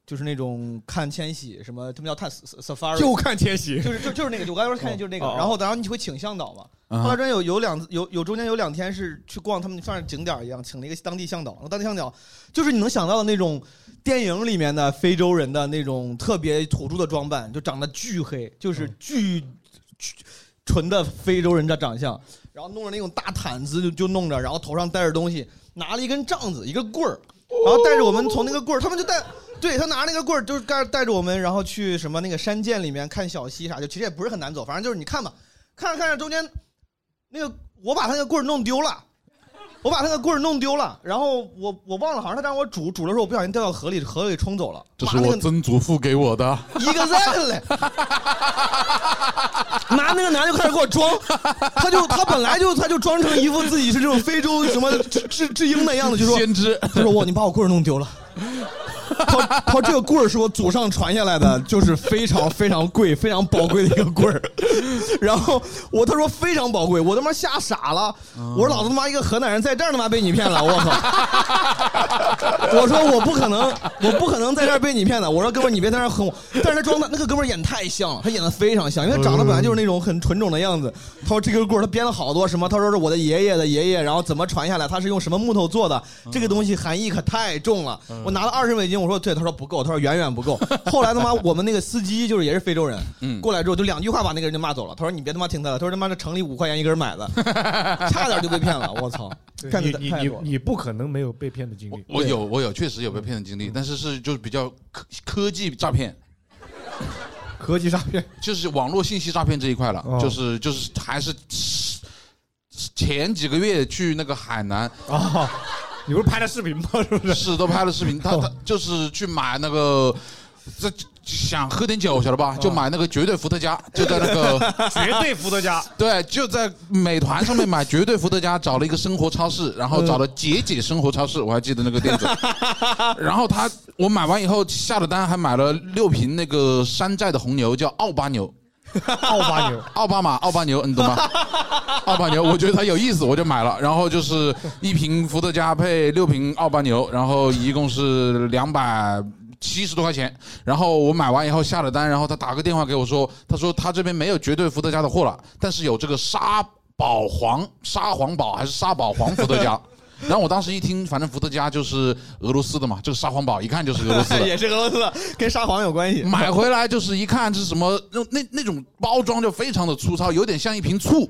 Speaker 4: 就是那种看迁徙，什么他们叫探呃 safari，
Speaker 5: 又看千玺，
Speaker 4: 就是就就是那个，就我刚才说看见就是那个，
Speaker 5: 哦哦
Speaker 4: 然后然后你会请向导嘛？
Speaker 3: 啊
Speaker 4: 后来中间有有两有有中间有两天是去逛他们算是景点儿一样，请了一个当地向导，当地向导就是你能想到的那种电影里面的非洲人的那种特别土著的装扮，就长得巨黑，
Speaker 5: 嗯
Speaker 4: 就是巨、巨纯的非洲人的长相，然后弄着那种大毯子就就弄着，然后头上戴着东西，拿了一根杖子一个棍儿，然后带着我们从那个棍儿，他们就带。对他拿那个棍儿，就是带带着我们，然后去什么那个山涧里面看小溪啥，就其实也不是很难走，反正就是你看吧，看着看着中间那个我把他那个棍儿弄丢了，我把他那个棍儿弄丢了，然后我我忘了，好像他让我煮煮的时候，我不小心掉到河里，河里冲走了。
Speaker 3: 这是
Speaker 4: 把那
Speaker 3: 我
Speaker 4: 个
Speaker 3: 曾祖父给我 的，
Speaker 4: exactly，拿那个男的就开始给我装，他就他本来就他就装成一副自己是这种非洲什么智智智英的样子，就说
Speaker 3: 先知
Speaker 4: 他说我你把我棍儿弄丢了。他他说这个棍儿是我祖上传下来的，就是非常非常贵、非常宝贵的一个棍儿。然后我他说非常宝贵，我他妈吓傻了。
Speaker 5: 嗯
Speaker 4: 我说老子他妈一个河南人在这儿他妈被你骗了，我靠！ 我说我不可能，我不可能在这儿被你骗的。我说哥们儿你别在那儿哼我，但是他装的那个哥们儿演太像了，他演的非常像，因为他长得本来就是那种很纯种的样子。他说这个棍儿他编了好多什么，他说是我的爷爷的爷爷，然后怎么传下来，他是用什么木头做的，这个东西含义可太重了。我拿了二十美金，我说对，他说不够，他说远远不够。后来他妈我们那个司机就是也是非洲人，
Speaker 3: 嗯
Speaker 4: 过来之后就两句话把那个人就骂走了。他说你别他妈听他的，他说他妈这城里五块钱一根买的，差点就被骗了。我操，干
Speaker 5: 你
Speaker 4: 的
Speaker 5: 你
Speaker 4: 太
Speaker 5: 你
Speaker 4: 多了。
Speaker 5: 你不可能没有被骗的经历。
Speaker 3: 我有我有，确实有被骗的经历，但是是就是比较科科技诈骗，
Speaker 5: 科技诈骗，
Speaker 3: 就是网络信息诈骗这一块了
Speaker 5: 哦，
Speaker 3: 就是就是还是前几个月去那个海南，
Speaker 5: 哦，你不是拍了视频吗？是不是？
Speaker 3: 是都拍了视频，他他就是去买那个。这想喝点酒，晓得吧？就买那个绝对伏特加，就在那个
Speaker 5: 绝对伏特加，
Speaker 3: 对，就在美团上面买绝对伏特加，找了一个生活超市，然后找了姐姐生活超市，我还记得那个店子。然后他我买完以后下了单，还买了六瓶那个山寨的红牛，叫奥巴牛。
Speaker 5: 奥巴牛。
Speaker 3: 奥巴马，奥巴牛，你懂吗？奥巴牛，我觉得它有意思，我就买了。然后就是一瓶伏特加配六瓶奥巴牛，然后一共是两百七十多块钱。然后我买完以后下了单，然后他打个电话给我说，他说他这边没有绝对伏特加的货了，但是有这个沙宝黄、沙皇堡还是沙宝黄伏特加。 然后我当时一听，反正伏特加就是俄罗斯的嘛，这个沙皇堡一看就是俄罗斯的，
Speaker 4: 也是俄罗斯的， 跟沙皇有关
Speaker 5: 嗯
Speaker 4: 系。
Speaker 3: 买回来就是一看是什么，那那那种包装就非常的粗糙，有点像一瓶醋，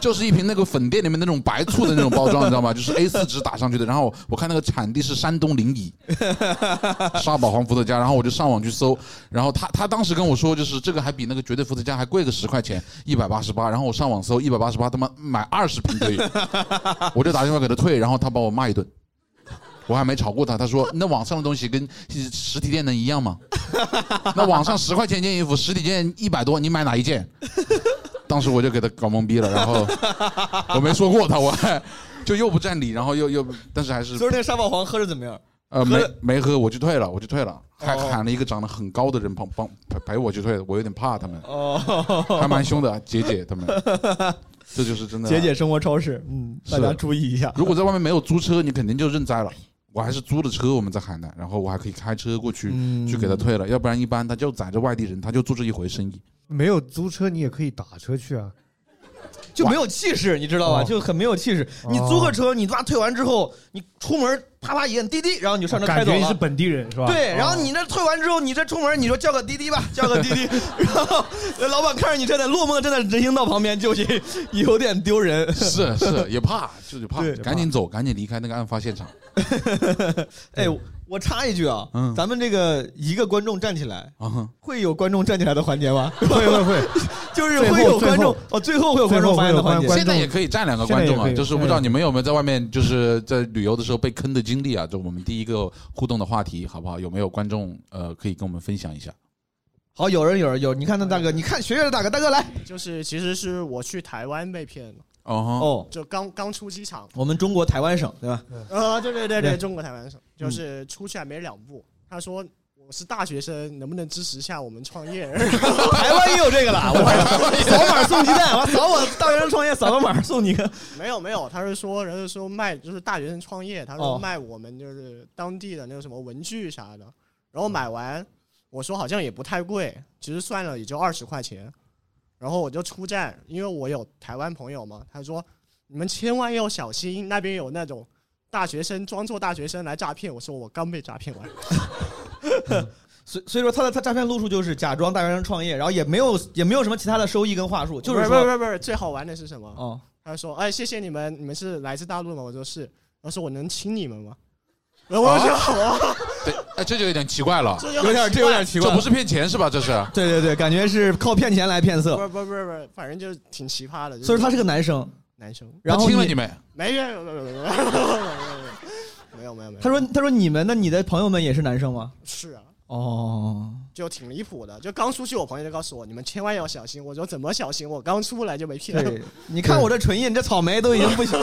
Speaker 3: 就是一瓶那个粉店里面那种白醋的那种包装，你知道吗？就是 A 4纸打上去的。然后我看那个产地是山东临沂，沙宝皇伏特加，然后我就上网去搜，然后他他当时跟我说，就是这个还比那个绝对伏特加还贵个十块钱，一百八十八。然后我上网搜一百八十八，他妈买二十瓶可以，我就打电话给他退，然后他把我骂一顿。我还没吵过他，他说那网上的东西跟实体店能一样吗？ 那网上十块钱一件衣服，实体店一百多，你买哪一件？ 当时我就给他搞懵逼了，然后我没说过他，我还就又不占理，然后又又，但是还是
Speaker 4: 所以那个沙暴皇喝着怎么样？
Speaker 3: 呃没
Speaker 4: 喝了
Speaker 3: 没喝，我就退了，我就退
Speaker 4: 哦
Speaker 3: 了，还喊了一个长得很高的人帮帮陪陪我去退的，我有点怕他们，
Speaker 4: 哦，
Speaker 3: 还蛮凶的，姐姐他们，这就是真 的。啊
Speaker 4: 节俭生活超市，嗯，大家
Speaker 3: 是
Speaker 4: 注意一下。
Speaker 3: 如果在外面没有租车，你肯定就认栽了。我还是租了车，我们在海南，然后我还可以开车过去去给他退了，要不然一般他就载着外地人，他就做这一回生意。
Speaker 5: 没有租车，你也可以打车去啊。
Speaker 4: 就没有气势，你知道吧？
Speaker 5: 哦
Speaker 4: 就很没有气势。你租个车，你他妈退完之后，你出门啪啪一摁滴滴，然后你就上车开
Speaker 5: 感
Speaker 4: 走
Speaker 5: 觉你是
Speaker 4: 了。
Speaker 5: 本地人是吧？
Speaker 4: 对，然后
Speaker 5: 哦
Speaker 4: 你那退完之后，你这出门你说叫个滴滴吧，叫个 滴滴，然后老板看着你站在落寞地站在人行道旁边，就是有点丢人。
Speaker 3: 是是，也怕，就是怕
Speaker 4: 对，
Speaker 3: 赶紧走，赶紧离开那个案发现场。
Speaker 4: 哎，我插一句啊，
Speaker 3: 嗯
Speaker 4: 咱们这个一个观众站起来，
Speaker 3: 啊哈，
Speaker 4: 会有观众站起来的环节吗？
Speaker 5: 会会会，
Speaker 4: 就是
Speaker 5: 最后
Speaker 4: 会有
Speaker 5: 最后
Speaker 4: 观众哦，最后会有观众发言的环节
Speaker 5: 最后会有观。众
Speaker 3: 现在也可以站两个观众
Speaker 5: 现在也
Speaker 3: 啊，
Speaker 5: 可以
Speaker 3: 就是不知道你们有没有在外面就是在旅游的时候被坑的经历啊？这我们第一个互动的话题，好不好？有没有观众呃可以跟我们分享一下？
Speaker 4: 好，有人有人有，你看那大哥，你看学院的大哥，大哥来
Speaker 6: 就是其实是我去台湾被骗了，
Speaker 3: 哦
Speaker 4: 哦，
Speaker 6: 就刚刚出机场，
Speaker 4: 我们中国台湾省对吧？
Speaker 6: 啊，对对 对
Speaker 4: 对
Speaker 6: 对，中国台湾省，就是出去还没两步，他说我是大学生，能不能支持一下我们创业？
Speaker 4: 台湾也有这个了，我扫码送鸡蛋，我扫我大学生创业扫个码送你个。
Speaker 6: 没有没有，他是说人家说卖就是大学生创业，他
Speaker 4: 哦
Speaker 6: 说卖我们就是当地的那个什么文具啥的，然后买完我说好像也不太贵，其实算了也就二十块钱，然后我就出站，因为我有台湾朋友嘛，他说你们千万要小心，那边有那种大学生装作大学生来诈骗，我说我刚被诈骗完，
Speaker 4: 所以所以说他的他诈骗路数就是假装大学生创业，然后也没有也没有什么其他的收益跟话术，就是
Speaker 6: 不是不
Speaker 4: 说
Speaker 6: 是不是，最好玩的是什么？
Speaker 4: 哦，
Speaker 6: 他说：“哎，谢谢你们，你们是来自大陆吗？”我说：“是。”他说：“我能亲你们吗？”
Speaker 4: 啊
Speaker 6: 然后我就、
Speaker 3: 哦，对，哎，这就有点奇怪了，
Speaker 6: 这就
Speaker 4: 有点这有点奇怪，
Speaker 3: 这不是骗钱是吧？这是
Speaker 4: 对对对，感觉是靠骗钱来骗
Speaker 6: 不
Speaker 4: 色。
Speaker 6: 是不是不是不是，反正就挺奇葩的。就
Speaker 4: 所以说他是个男生，
Speaker 6: 男生，
Speaker 4: 然后
Speaker 3: 他亲了
Speaker 4: 你
Speaker 3: 你 没？
Speaker 6: 没有没有没有没有没有没有没有没有。
Speaker 4: 他说他说你们那你的朋友们也是男生吗？
Speaker 6: 是啊，
Speaker 4: 哦，
Speaker 6: 就挺离谱的。就刚出去，我朋友就告诉我，你们千万要小心。我说怎么小心？我刚出来就被骗。
Speaker 4: 对，你看我这唇印，这草莓都已经 不行。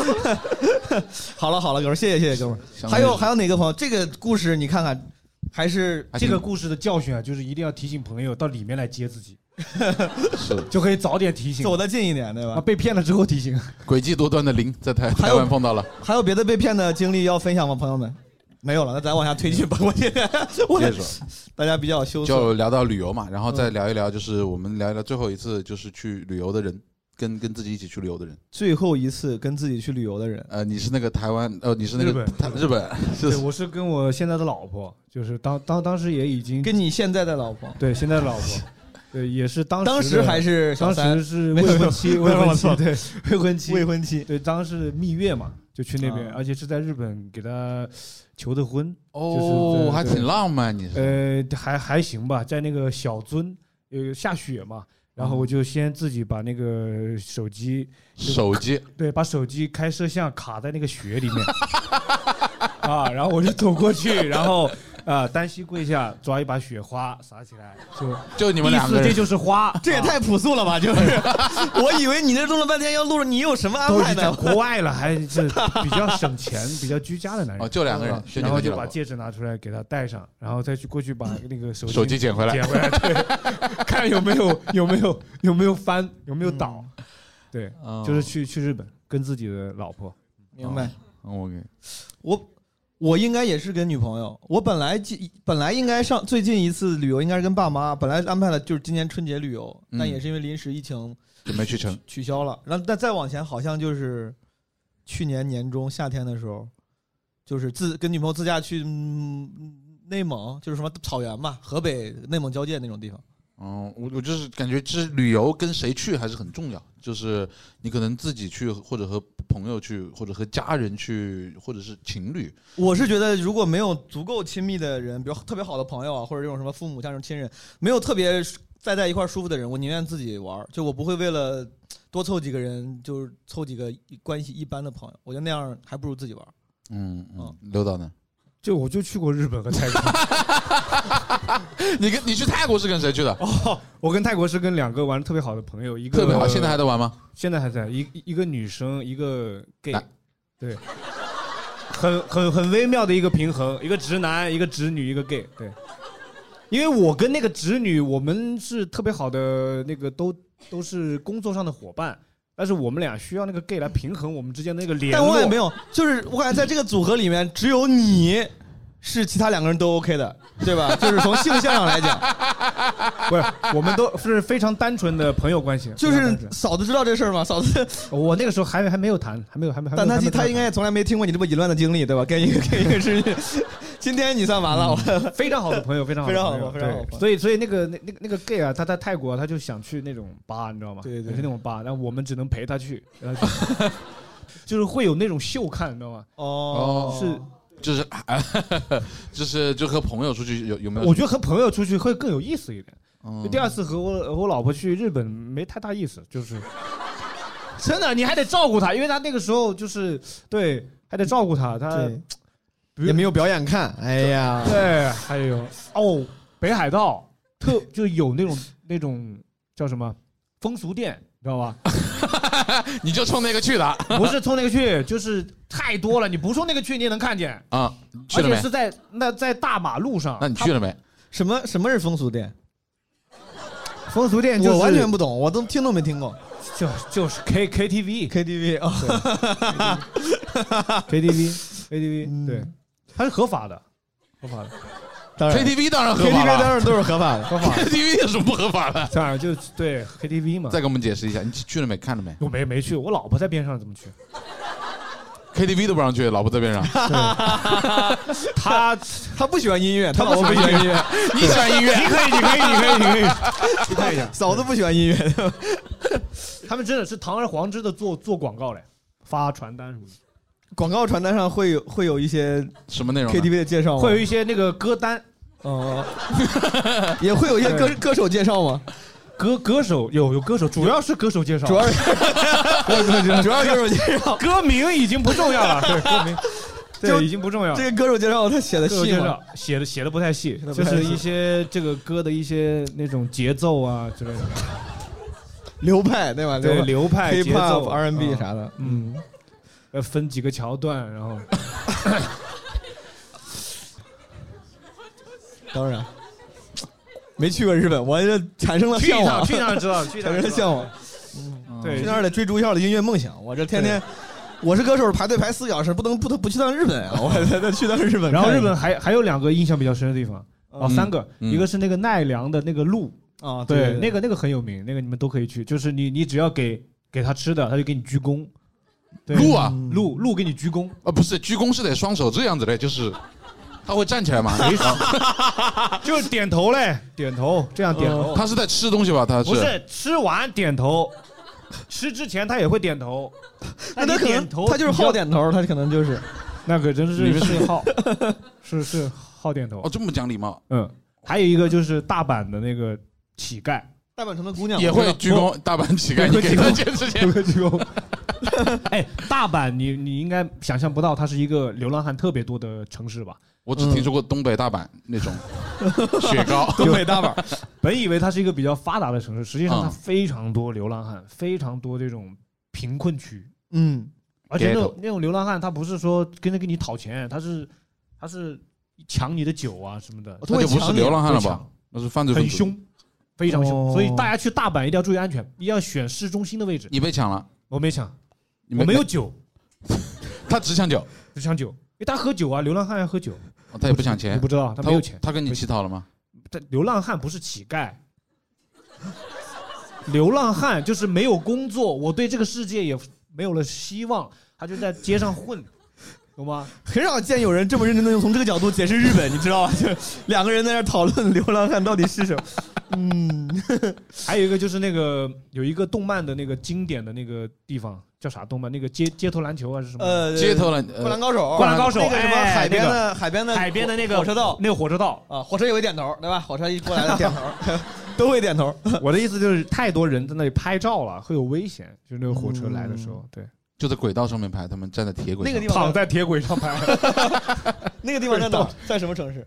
Speaker 4: 好了好了，哥们儿，谢谢谢谢哥们儿。还有还有哪个朋友？这个故事你看看，还是
Speaker 3: 还
Speaker 5: 这
Speaker 3: 挺
Speaker 5: 个故事的教训啊，就是一定要提醒朋友到里面来接自己，
Speaker 3: 是
Speaker 5: 就可以早点提醒
Speaker 4: 走。得近一点，对
Speaker 5: 啊，
Speaker 4: 吧？
Speaker 5: 被骗了之后提 醒。
Speaker 3: 诡计多端的零在台
Speaker 4: 还
Speaker 3: 台
Speaker 4: 有
Speaker 3: 湾碰 到了。
Speaker 4: 还有别的被骗的经历要分享吗，朋友们？没有了，那咱往下推进吧。我现 在我
Speaker 3: 接着说，
Speaker 4: 大家比较羞涩，
Speaker 3: 就聊到旅游嘛，然后再聊一聊，就是我们聊一聊最后一次就是去旅游的人，跟跟自己一起去旅游的人。
Speaker 4: 最后一次跟自己去旅游的人，
Speaker 3: 呃，你是那个台湾，呃，你是那
Speaker 5: 日
Speaker 3: 个
Speaker 5: 本
Speaker 3: 台日本，就
Speaker 5: 对，
Speaker 3: 是
Speaker 5: 我是跟我现在的老婆，就是当当当时也已经
Speaker 4: 跟你现在的老婆，
Speaker 5: 对现在的老婆，对也是当时
Speaker 4: 当时
Speaker 5: 的
Speaker 4: 还是小
Speaker 5: 当
Speaker 4: 三
Speaker 5: 时是
Speaker 4: 没
Speaker 5: 未
Speaker 4: 有
Speaker 5: 婚妻，
Speaker 4: 没
Speaker 5: 未
Speaker 4: 有
Speaker 5: 婚
Speaker 4: 没有
Speaker 5: 妻对未婚妻，
Speaker 4: 婚妻，
Speaker 5: 对当时蜜月嘛，就去那边，
Speaker 4: 啊
Speaker 5: 而且是在日本给她求的婚，就是
Speaker 3: 哦，
Speaker 5: 对
Speaker 3: 还
Speaker 5: 对
Speaker 3: 挺浪漫，你是嗯
Speaker 5: 呃，还还行吧，在那个小樽，呃，下雪嘛，然后我就先自己把那个手机，
Speaker 3: 手机
Speaker 5: 对，把手机开摄像卡在那个雪里面， 啊，然后我就走过 去，然后啊，单膝跪下抓一把雪花撒起来，就
Speaker 3: 就你们
Speaker 5: 意
Speaker 3: 两
Speaker 5: 思
Speaker 3: 个
Speaker 5: 这
Speaker 3: 人，
Speaker 5: 就是 花，
Speaker 4: 这也
Speaker 5: 啊
Speaker 4: 太朴素了 吧！就是，我以为你这录了半天要录了，你有什么安
Speaker 5: 都已
Speaker 4: 排
Speaker 5: 经在
Speaker 4: 呢？
Speaker 5: 国外了，还是比较省钱、比较居家的男人嗯
Speaker 3: 哦，。就两个人，轩姐
Speaker 5: 然后
Speaker 3: 和俱
Speaker 5: 就
Speaker 3: 乐
Speaker 5: 把
Speaker 3: 部
Speaker 5: 戒指拿出来给他戴上，然后再去过去把那个手
Speaker 3: 手机捡回来
Speaker 5: 捡回来，对， 看有没有有没有有没有翻有没有倒，对，
Speaker 3: 嗯
Speaker 5: 就是去去日本跟自己的老婆，
Speaker 4: 明白，
Speaker 3: 嗯我给
Speaker 4: 我我应该也是跟女朋友。我本来记本来应该上最近一次旅游应该是跟爸妈，本来安排了就是今年春节旅游，
Speaker 3: 嗯
Speaker 4: 但也是因为临时疫情
Speaker 3: 就没去成，
Speaker 4: 取消了。然后但再往前好像就是去年年中夏天的时候，就是自跟女朋友自驾去、嗯、内蒙，就是什么草原嘛，河北内蒙交界那种地方。
Speaker 3: 嗯，我我就是感觉，就是旅游跟谁去还是很重要。就是你可能自己去，或者和朋友去，或者和家人去，或者是情侣，
Speaker 4: 我是觉得，如果没有足够亲密的人，比如特别好的朋友啊，或者这种什么父母、像这种亲人，没有特别在在一块儿舒服的人，我宁愿自己玩儿，就我不会为了多凑几个人，就是凑几个关系一般的朋友，我觉得那样还不如自己玩儿。
Speaker 3: 嗯嗯
Speaker 4: 嗯，
Speaker 3: 刘导呢？
Speaker 5: 就我就去过日本和泰国，
Speaker 3: 你跟你去泰国是跟谁去的？
Speaker 5: 哦，我跟泰国是跟两个玩得特别好的朋友，一个
Speaker 3: 特别好，现在还在玩吗？
Speaker 5: 现在还在一一个女生一个 gay，
Speaker 3: 男
Speaker 5: 对，很很很微妙的一个平衡，一个直男，一个直女，一个 gay，对。因为我跟那个直女，我们是特别好的那个都都是工作上的伙伴，但是我们俩需要那个 gay 来平衡我们之间的那个联
Speaker 4: 但
Speaker 5: 络。
Speaker 4: 我也没有，就是我感觉在这个组合里面，只有你是其他两个人都 OK 的，对吧？就是从性向上来讲，
Speaker 5: 不是，我们都是非常单纯的朋友关系。
Speaker 4: 就
Speaker 5: 非常
Speaker 4: 是
Speaker 5: 单纯
Speaker 4: 嫂子知道这事儿吗？嫂子，
Speaker 5: 我那个时候还还没有谈，还没有还没有还没有
Speaker 4: 但她
Speaker 5: 还没有
Speaker 4: 她应该也从来没听过你这么淫乱的经历，对吧？跟一个跟一个是，今天你算完了，我。
Speaker 5: 非常好的朋友，非常好的朋友，
Speaker 4: 非常好非常好
Speaker 5: 对所以，所以那个那那个那个 gay 啊，他在泰国、啊，他就想去那种吧，你知道吗？
Speaker 4: 对对
Speaker 5: 就去那种吧，但我们只能陪他去， 然后就就是会有那种秀看，你知道吗？
Speaker 4: 哦，
Speaker 5: 是，
Speaker 3: 呃就是 就是就和朋友出去有有没有？
Speaker 5: 我觉得和朋友出去会更有意思一点。
Speaker 3: 嗯
Speaker 4: 哦
Speaker 5: 就第二次和我和我老婆去日本没太大意思，就是 真的，你还得照顾她，因为她那个时候就是对，还得照顾她，她
Speaker 4: 对，
Speaker 5: 比如
Speaker 4: 也没有表演看，哎呀，
Speaker 5: 对，还有哦，北海道特就有那种那种叫什么风俗店，你知道 吧？
Speaker 3: 你就冲那个去的啊
Speaker 5: 不是冲那个去，就是太多了，你不冲那个去你也能看见，
Speaker 3: 啊？你去
Speaker 5: 而
Speaker 3: 了
Speaker 5: 且
Speaker 3: 没
Speaker 5: 是？在那在大马路上。
Speaker 3: 那你去了没？
Speaker 4: 什么什么是风俗店？
Speaker 5: 它风俗店
Speaker 4: 我完全不懂，我都听都没听过。
Speaker 5: 就就是 K K T V
Speaker 4: KTV 啊，
Speaker 5: K T V K T
Speaker 4: 嗯
Speaker 5: V 对，它是合法的，合法的，
Speaker 4: 当然
Speaker 3: KTV 当然合
Speaker 4: KTV
Speaker 3: 法
Speaker 4: 当
Speaker 3: 了
Speaker 4: 然都是合法的。
Speaker 5: 合法的。
Speaker 3: ，KTV 有什么不合法的？
Speaker 5: 当然就对 K T V 嘛
Speaker 3: 再，给我们解释一下，你去了没？看了没
Speaker 5: 我没没去，我老婆在边上怎么去？
Speaker 3: ？KTV 都不让去，老婆在 边上。
Speaker 5: 她
Speaker 4: 他不喜欢音乐，他老婆不喜欢音乐，
Speaker 3: 你喜欢音乐？
Speaker 5: 你可以，你可以，你可以，你可以，你看一下。
Speaker 4: 嫂子不喜欢音乐。
Speaker 5: 他们真的是堂而皇之的做做广告嘞，发传单什么的，
Speaker 4: 广告传单上会有会有一些
Speaker 3: 什么内容呢？
Speaker 4: KTV 的介绍吗？
Speaker 5: 会有一些那个歌单，
Speaker 4: 哦，也会有一些歌歌手介绍吗？
Speaker 5: 歌歌手有有歌手，主要是歌手介绍，
Speaker 4: 主要 是 主要是歌手介绍。
Speaker 5: 歌名已经不重要了，对歌名，
Speaker 4: 就
Speaker 5: 对已经不重要了。
Speaker 4: 这个歌手介绍他写的
Speaker 5: 啊歌手
Speaker 4: 细
Speaker 5: 介
Speaker 4: 吗？
Speaker 5: 绍写的写的不太细
Speaker 4: 得，不
Speaker 5: 就
Speaker 4: 太细
Speaker 5: 是一些这个歌的一些那种节奏啊之类的，
Speaker 4: 流派对吧？
Speaker 5: 对
Speaker 4: 流
Speaker 5: 流派
Speaker 4: 派
Speaker 5: 节奏
Speaker 4: hiphop、R&B 啥，
Speaker 5: 啊
Speaker 4: 的。
Speaker 5: 嗯，呃分几个桥段，然后
Speaker 4: 当然，没去过日本，我这产生了
Speaker 5: 去
Speaker 4: 向
Speaker 5: 一趟
Speaker 4: 往，
Speaker 5: 去一趟知道，去一
Speaker 4: 产
Speaker 5: 趟
Speaker 4: 生了
Speaker 5: 知道
Speaker 4: 向往，去
Speaker 5: 对
Speaker 4: 那儿得追逐一下我的音乐梦想。我这天天，我是歌手，排队排四小时，不能不能不去趟日本 啊！我得得去趟日本看
Speaker 5: 然
Speaker 4: 一看。
Speaker 5: 后日本还还有两个印象比较深的地方，哦，
Speaker 3: 嗯
Speaker 5: 三个，
Speaker 3: 嗯
Speaker 5: 一个是那个奈良的那个鹿，
Speaker 4: 啊，
Speaker 5: 对，
Speaker 4: 对
Speaker 5: 那个那个很有名，那个你们都可以去，就是你你只要给给他吃的，他就给你鞠躬。对
Speaker 3: 鹿啊，
Speaker 5: 鹿鹿给你鞠躬，
Speaker 3: 啊，不是，鞠躬是得双手这样子的，就是他会站起来嘛？啊
Speaker 5: 就是点头嘞，点头，这样点头。
Speaker 3: 他是在吃东西吧？他
Speaker 5: 不是吃完点头，吃之前他也会点头。
Speaker 4: 那
Speaker 5: 你
Speaker 4: 他可
Speaker 5: 点头
Speaker 4: 能他就是好，点头，他可能就是
Speaker 5: 那可真
Speaker 3: 你
Speaker 5: 是
Speaker 3: 们是哦
Speaker 5: 是好， 是是好点头
Speaker 3: 哦，。这么讲礼貌
Speaker 5: 嗯，还有一个就是大阪的那个乞丐，
Speaker 4: 大阪城的姑娘
Speaker 3: 也
Speaker 4: 我知
Speaker 3: 会
Speaker 4: 道
Speaker 3: 鞠躬，大阪乞丐，
Speaker 5: 也会
Speaker 3: 你给
Speaker 5: 鞠
Speaker 3: 他
Speaker 5: 躬
Speaker 3: 钱之前
Speaker 5: 有，个鞠躬。哎，大阪你，你应该想象不到，它是一个流浪汉特别多的城市吧？
Speaker 3: 我只听说过东北大阪那种雪糕，
Speaker 4: 嗯 东北大阪，
Speaker 5: 本以为它是一个比较发达的城市，实际上它
Speaker 3: 嗯
Speaker 5: 非常多流浪汉，非常多这种贫困区，
Speaker 4: 嗯，
Speaker 5: 而且那
Speaker 3: Ghetto
Speaker 5: 种那种流浪汉，他不是说跟着跟你讨钱，他是他是抢你的酒啊什么的，
Speaker 4: 我
Speaker 3: 那哦就不是流浪汉了
Speaker 5: 会
Speaker 3: 吧
Speaker 5: 抢？
Speaker 3: 那是犯罪分
Speaker 5: 很
Speaker 3: 子。
Speaker 5: 凶，非常凶。
Speaker 4: 哦
Speaker 5: 所以大家去大阪一定要注意安全，一定要选市中心的位置。
Speaker 3: 你被抢了，
Speaker 5: 我没抢，
Speaker 3: 你
Speaker 5: 我没有，酒，
Speaker 3: 他只抢酒，
Speaker 5: 只抢酒，因为他喝酒啊，流浪汉要喝酒，
Speaker 3: 哦他也不抢钱
Speaker 5: 你不，知道他没有钱。
Speaker 3: 他跟你乞讨了吗？
Speaker 5: 但流浪汉不是乞丐，流浪汉就是没有工作，我对这个世界也没有了希望，他就在街上混，懂吗？
Speaker 4: 很少见有人这么认真的用从这个角度解释日本，你知道吧？就两个人在那儿讨论流浪汉到底是什么。嗯，
Speaker 5: 还有一个就是那个有一个动漫的那个经典的那个地方叫啥动漫？那个街街头篮球啊还是什么？
Speaker 4: 呃，
Speaker 3: 街头了，
Speaker 4: 灌篮
Speaker 3: 呃
Speaker 4: 高手，
Speaker 5: 灌篮高手
Speaker 4: 那个什么
Speaker 5: 哎
Speaker 4: 海边的海边的
Speaker 5: 海边的那个
Speaker 4: 火车道
Speaker 5: 那个火车道。
Speaker 4: 啊，火车也会点头，对吧？火车一过来了点头， 都会点头。
Speaker 5: 我的意思就是，太多人在那里拍照了，会有危险。就是那个火车来的时候，
Speaker 4: 嗯
Speaker 5: 对，
Speaker 3: 就在轨道上面拍，他们站在铁轨
Speaker 4: 那
Speaker 3: 上
Speaker 4: 个地
Speaker 5: 躺
Speaker 4: 方，
Speaker 5: 在铁轨上拍，
Speaker 4: 那个地方 在哪儿？在什么城市？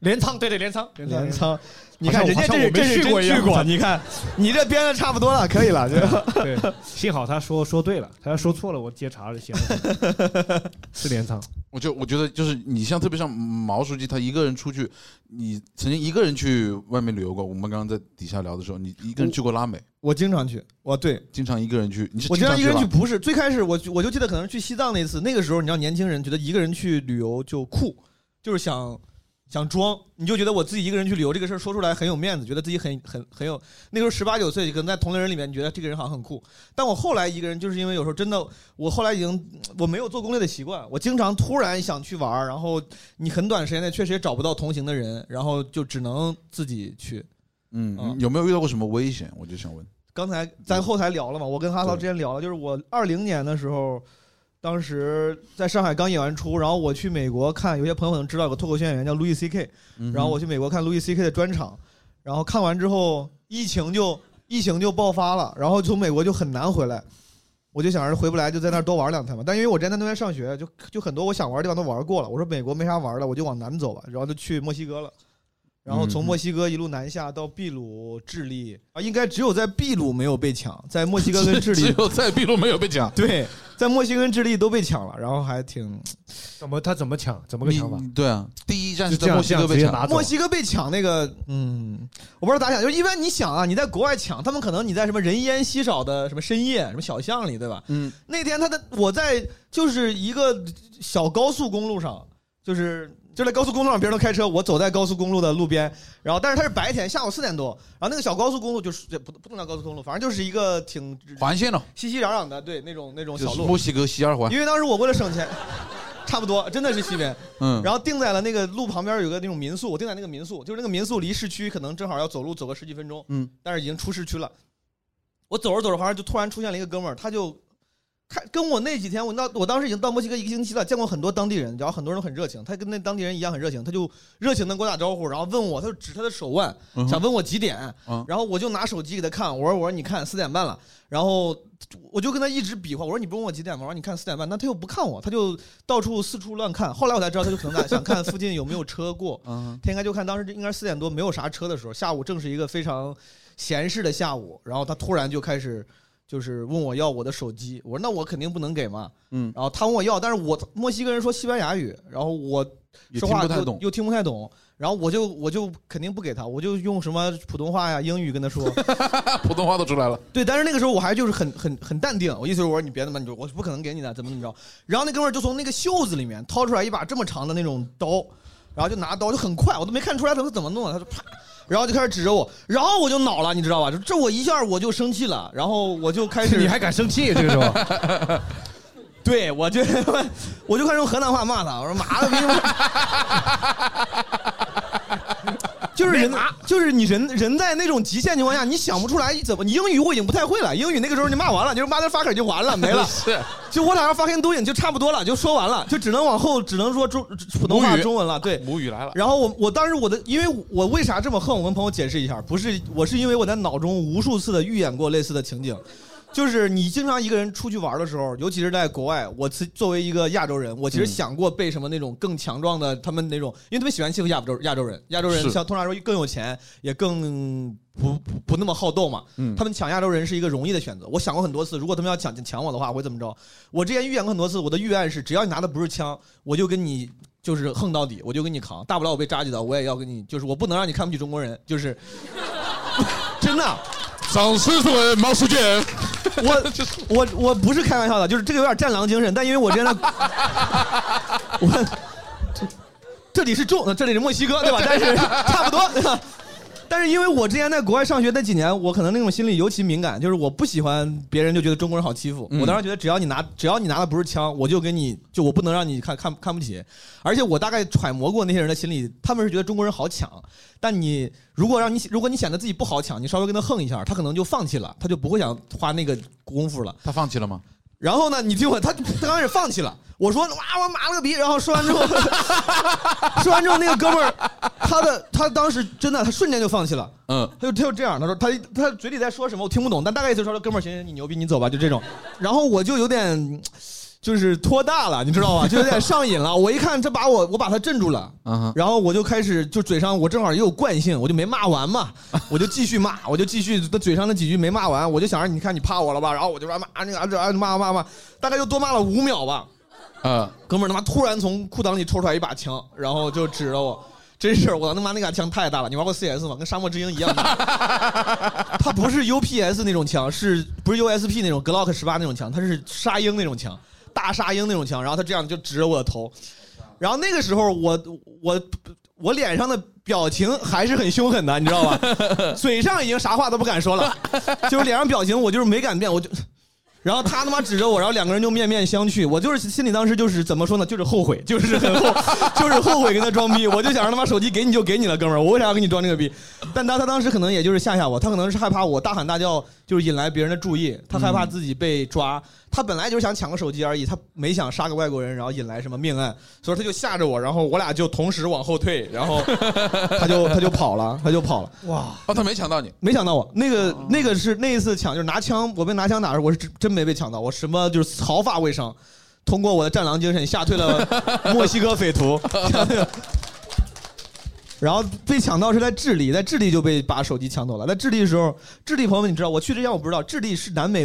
Speaker 5: 镰仓，对对，镰仓，镰仓
Speaker 4: 镰。仓。你看
Speaker 5: 好
Speaker 4: 人
Speaker 5: 像
Speaker 4: 家这是
Speaker 5: 好像我没
Speaker 4: 这是
Speaker 5: 去过
Speaker 4: 真
Speaker 5: 一样
Speaker 4: 去过，你看你这编的差不多了，可以了，对吧？
Speaker 5: 对，幸好他说说对了，他要说错了，我接茬就行了。 是镰仓，
Speaker 3: 我就我觉得就是你像特别像毛书记，他一个人出去，你曾经一个人去外面旅游过。我们刚刚在底下聊的时候，你一个人去过拉美，
Speaker 4: 我经常去，我对
Speaker 3: 经常一个人去，你是
Speaker 4: 我经常一个人去，
Speaker 3: 吧
Speaker 4: 不是最开始我就我就记得可能是去西藏那次，那个时候你知道年轻人觉得一个人去旅游就酷，就是想想装，你就觉得我自己一个人去旅游这个事儿说出来很有面子，觉得自己很很很有。那时候十八九岁，可能在同龄人里面，你觉得这个人好像很酷。但我后来一个人，就是因为有时候真的，我后来已经我没有做攻略的习惯，我经常突然想去玩儿，然后你很短时间内确实也找不到同行的人，然后就只能自己去。
Speaker 3: 嗯，
Speaker 4: 嗯
Speaker 3: 你有没有遇到过什么危险？我就想问，
Speaker 4: 刚才咱后台聊了嘛，我跟哈曹之前聊了，就是我二零年的时候，当时在上海刚演完出，然后我去美国看，有些朋友可能知道有个脱口秀演员叫 Louis C K，
Speaker 3: 嗯哼
Speaker 4: 然后我去美国看 Louis C K 的专场，然后看完之后疫情就疫情就爆发了，然后从美国就很难回来，我就想着回不来就在那儿多玩两天嘛，但因为我之前在那边上学，就就很多我想玩的地方都玩过了，我说美国没啥玩的，我就往南走吧，然后就去墨西哥了。然后从墨西哥一路南下到秘鲁、智利啊，应该只有在秘鲁没有被抢，在墨西哥跟智
Speaker 3: 只
Speaker 4: 利，
Speaker 3: 有在秘鲁没有被抢，
Speaker 4: 对，在墨西哥跟智利都被抢了，然后还挺
Speaker 5: 怎么他怎么抢，怎么个
Speaker 3: 你
Speaker 5: 抢法？
Speaker 3: 对啊，第一站
Speaker 5: 就是这
Speaker 3: 在
Speaker 5: 样
Speaker 3: 墨
Speaker 5: 这
Speaker 3: 西
Speaker 5: 样
Speaker 3: 哥
Speaker 5: 直
Speaker 3: 被
Speaker 5: 接
Speaker 3: 抢，
Speaker 5: 拿走
Speaker 4: 墨。西哥被抢那个，嗯，我不知道咋想，就是一般你想啊，你在国外抢，他们可能你在什么人烟稀少的什么深夜、什么小巷里，对吧？
Speaker 3: 嗯，
Speaker 4: 那天他的我在就是一个小高速公路上，就是就在高速公路上，别人都开车，我走在高速公路的路边，然后但是他是白天，下午四点多，然后那个小高速公路就是这不不能叫高速公路，反正就是一个挺
Speaker 3: 环线了，
Speaker 4: 熙熙攘攘的，对那种那种
Speaker 3: 就
Speaker 4: 小
Speaker 3: 是
Speaker 4: 路
Speaker 3: 墨，西哥西二环，
Speaker 4: 因为当时我为了省钱，差不多真的是西边。
Speaker 3: 嗯，
Speaker 4: 然后定在了那个路旁边有个那种民宿，我定在那个民宿，就是那个民宿离市区可能正好要走路走个十几分钟，
Speaker 3: 嗯，
Speaker 4: 但是已经出市区了。我走着走着，好像就突然出现了一个哥们儿，他就看跟我那几天，我那我当时已经到墨西哥一个星期了，见过很多当地人，然后很多人都很热情，他跟那当地人一样很热情，他就热情的跟我打招呼，然后问我，他就指他的手腕，
Speaker 3: 嗯哼
Speaker 4: 想问我几点
Speaker 3: 嗯，
Speaker 4: 然后我就拿手机给他看，我说我说你看四点半了，然后我就跟他一直比划，我说你不问我几点吗？我说你看四点半，那他又不看我，他就到处四处乱看。后来我才知道，他就可能在想看附近有没有车过，
Speaker 3: 嗯，
Speaker 4: 他应该就看当时应该是四点多没有啥车的时候，下午正是一个非常闲适的下午，然后他突然就开始。就是问我要我的手机，我说那我肯定不能给嘛，
Speaker 3: 嗯，
Speaker 4: 然后他问我要，但是我墨西哥人说西班牙语，然后我
Speaker 3: 也
Speaker 4: 说
Speaker 3: 听
Speaker 4: 话
Speaker 3: 不
Speaker 4: 又
Speaker 3: 太懂，
Speaker 4: 又听不太懂。然后我就我就肯定不给他，我就用什么普通话呀、英语跟他说。
Speaker 3: 普通话都出来了，
Speaker 4: 对，但是那个时候我还就是很很很淡定，我意思是我说你别他妈，你就我不可能给你的，怎么怎么着。然后那哥们儿就从那个袖子里面掏出来一把这么长的那种刀，然后就拿刀就很快，我都没看出来他是怎么弄的，他就啪，然后就开始指着我，然后我就恼了，你知道吧？就这我一下我就生气了，然后我就开 始
Speaker 5: 你还敢生气？这个时 候，
Speaker 4: 对，我就我 就开始用河南话骂他，我说妈的逼！就是人，就是你人人在那种极限情况下，你想不出来怎么。你英语我已经不太会了，英语那个时候你骂完了，就是 motherfucker 就完了，没了。
Speaker 3: 是
Speaker 4: 就我俩发现都已经就差不多了，就说完了，就只能往后只能说中普通话
Speaker 3: 母语
Speaker 4: 中文了。对，
Speaker 3: 母语来了，
Speaker 4: 然后我我当时我的，因为我为啥这么恨？我跟朋友解释一下，不是我是因为我在脑中无数次的预演过类似的情景，就是你经常一个人出去玩的时候，尤其是在国外，我自作为一个亚洲人，我其实
Speaker 3: 嗯
Speaker 4: 想过被什么那种更强壮的他们那种，因为他们喜欢欺负亚洲亚洲人，亚洲人
Speaker 3: 是
Speaker 4: 像通常来说更有钱，也更不不不那么好斗嘛，
Speaker 3: 嗯
Speaker 4: 他们抢亚洲人是一个容易的选择。我想过很多次，如果他们要抢抢我的话，我会怎么着？我之前预言过很多次，我的预案是，只要你拿的不是枪，我就跟你就是横到底，我就跟你扛，大不了我被扎几刀，我也要跟你，就是我不能让你看不起中国人，就是 真的，啊
Speaker 3: 掌声送给毛书记。
Speaker 4: 我我我不是开玩笑的，就是这个有点战狼精神，但因为我之前在，我这这里是中，呃这里是墨西哥对吧？但是差不多对吧？但是因为我之前在国外上学那几年，我可能那种心理尤其敏感，就是我不喜欢别人就觉得中国人好欺负。
Speaker 3: 嗯
Speaker 4: 我当时觉得只要你拿只要你拿的不是枪，我就给你就我不能让你看看看不起。而且我大概揣摩过那些人的心理，他们是觉得中国人好抢，但你如果让你如果你显得自己不好抢，你稍微跟他横一下，他可能就放弃了，他就不会想花那个功夫了。
Speaker 3: 他放弃了吗？
Speaker 4: 然后呢，你听我，他他刚开始放弃了。我说哇，我麻了个逼。然后说完之后， 说完之后，那个哥们儿，他的他当时真的，他瞬间就放弃了。
Speaker 3: 嗯，
Speaker 4: 他就他就这样，他说他他嘴里在说什么我听不懂，但大概意思说哥们儿行行，你牛逼你走吧，就这种。然后我就有点就是拖大了，你知道吧？就有点上瘾了。我一看这把我我把他镇住了，
Speaker 3: 嗯哼，
Speaker 4: 然后我就开始就嘴上，我正好也有惯性，我就没骂完嘛，我就继续骂，我就继续那嘴上那几句没骂完，我就想着你看你怕我了吧，然后我就说骂那个啊这啊骂骂骂，大概就多骂了五秒吧。
Speaker 3: 呃，
Speaker 4: 哥们儿他妈突然从裤裆里抽出来一把枪，然后就指着我。真是我他妈那把枪太大了！你玩过 CS 吗？跟沙漠之鹰一样大。 它不是 UPS 那种枪，是不是 USP 那种 Glock 十八那种枪？它是沙鹰那种枪，大沙鹰那种枪。然后他这样就指着我的头，然后那个时候我我我脸上的表情还是很凶狠的，你知道吧？嘴上已经啥话都不敢说了，就是脸上表情我就是没敢变，我就。然后他他妈指着我，然后两个人就面面相觑。我就是心里当时就是怎么说呢，就是后 悔，就是很后，就是后悔跟他装逼。我就想让他妈手机给你就给你了，哥们儿，我为啥要跟你装这个逼？但他他当时可能也就是吓吓我，他可能是害怕我大喊大叫就是引来别人的注意，他害怕自己被抓。他本来就是想抢个手机而已，他没想杀个外国人，然后引来什么命案，所以他就吓着我，然后我俩就同时往后退，然后他就 他就跑了，他就跑了。
Speaker 5: 哇，
Speaker 3: 哦，他没抢到你，
Speaker 4: 没抢到我那个那个是那一次抢，就是拿枪，我被拿枪打的时候，我是真真没被抢到，我什么就是毫发未伤，通过我的战狼精神吓退了墨西哥匪徒。 然后被抢到是在智利，在智利就被把手机抢走了。在智利的时候，智利朋友们，你知道，我去之前我不知道，智利是南美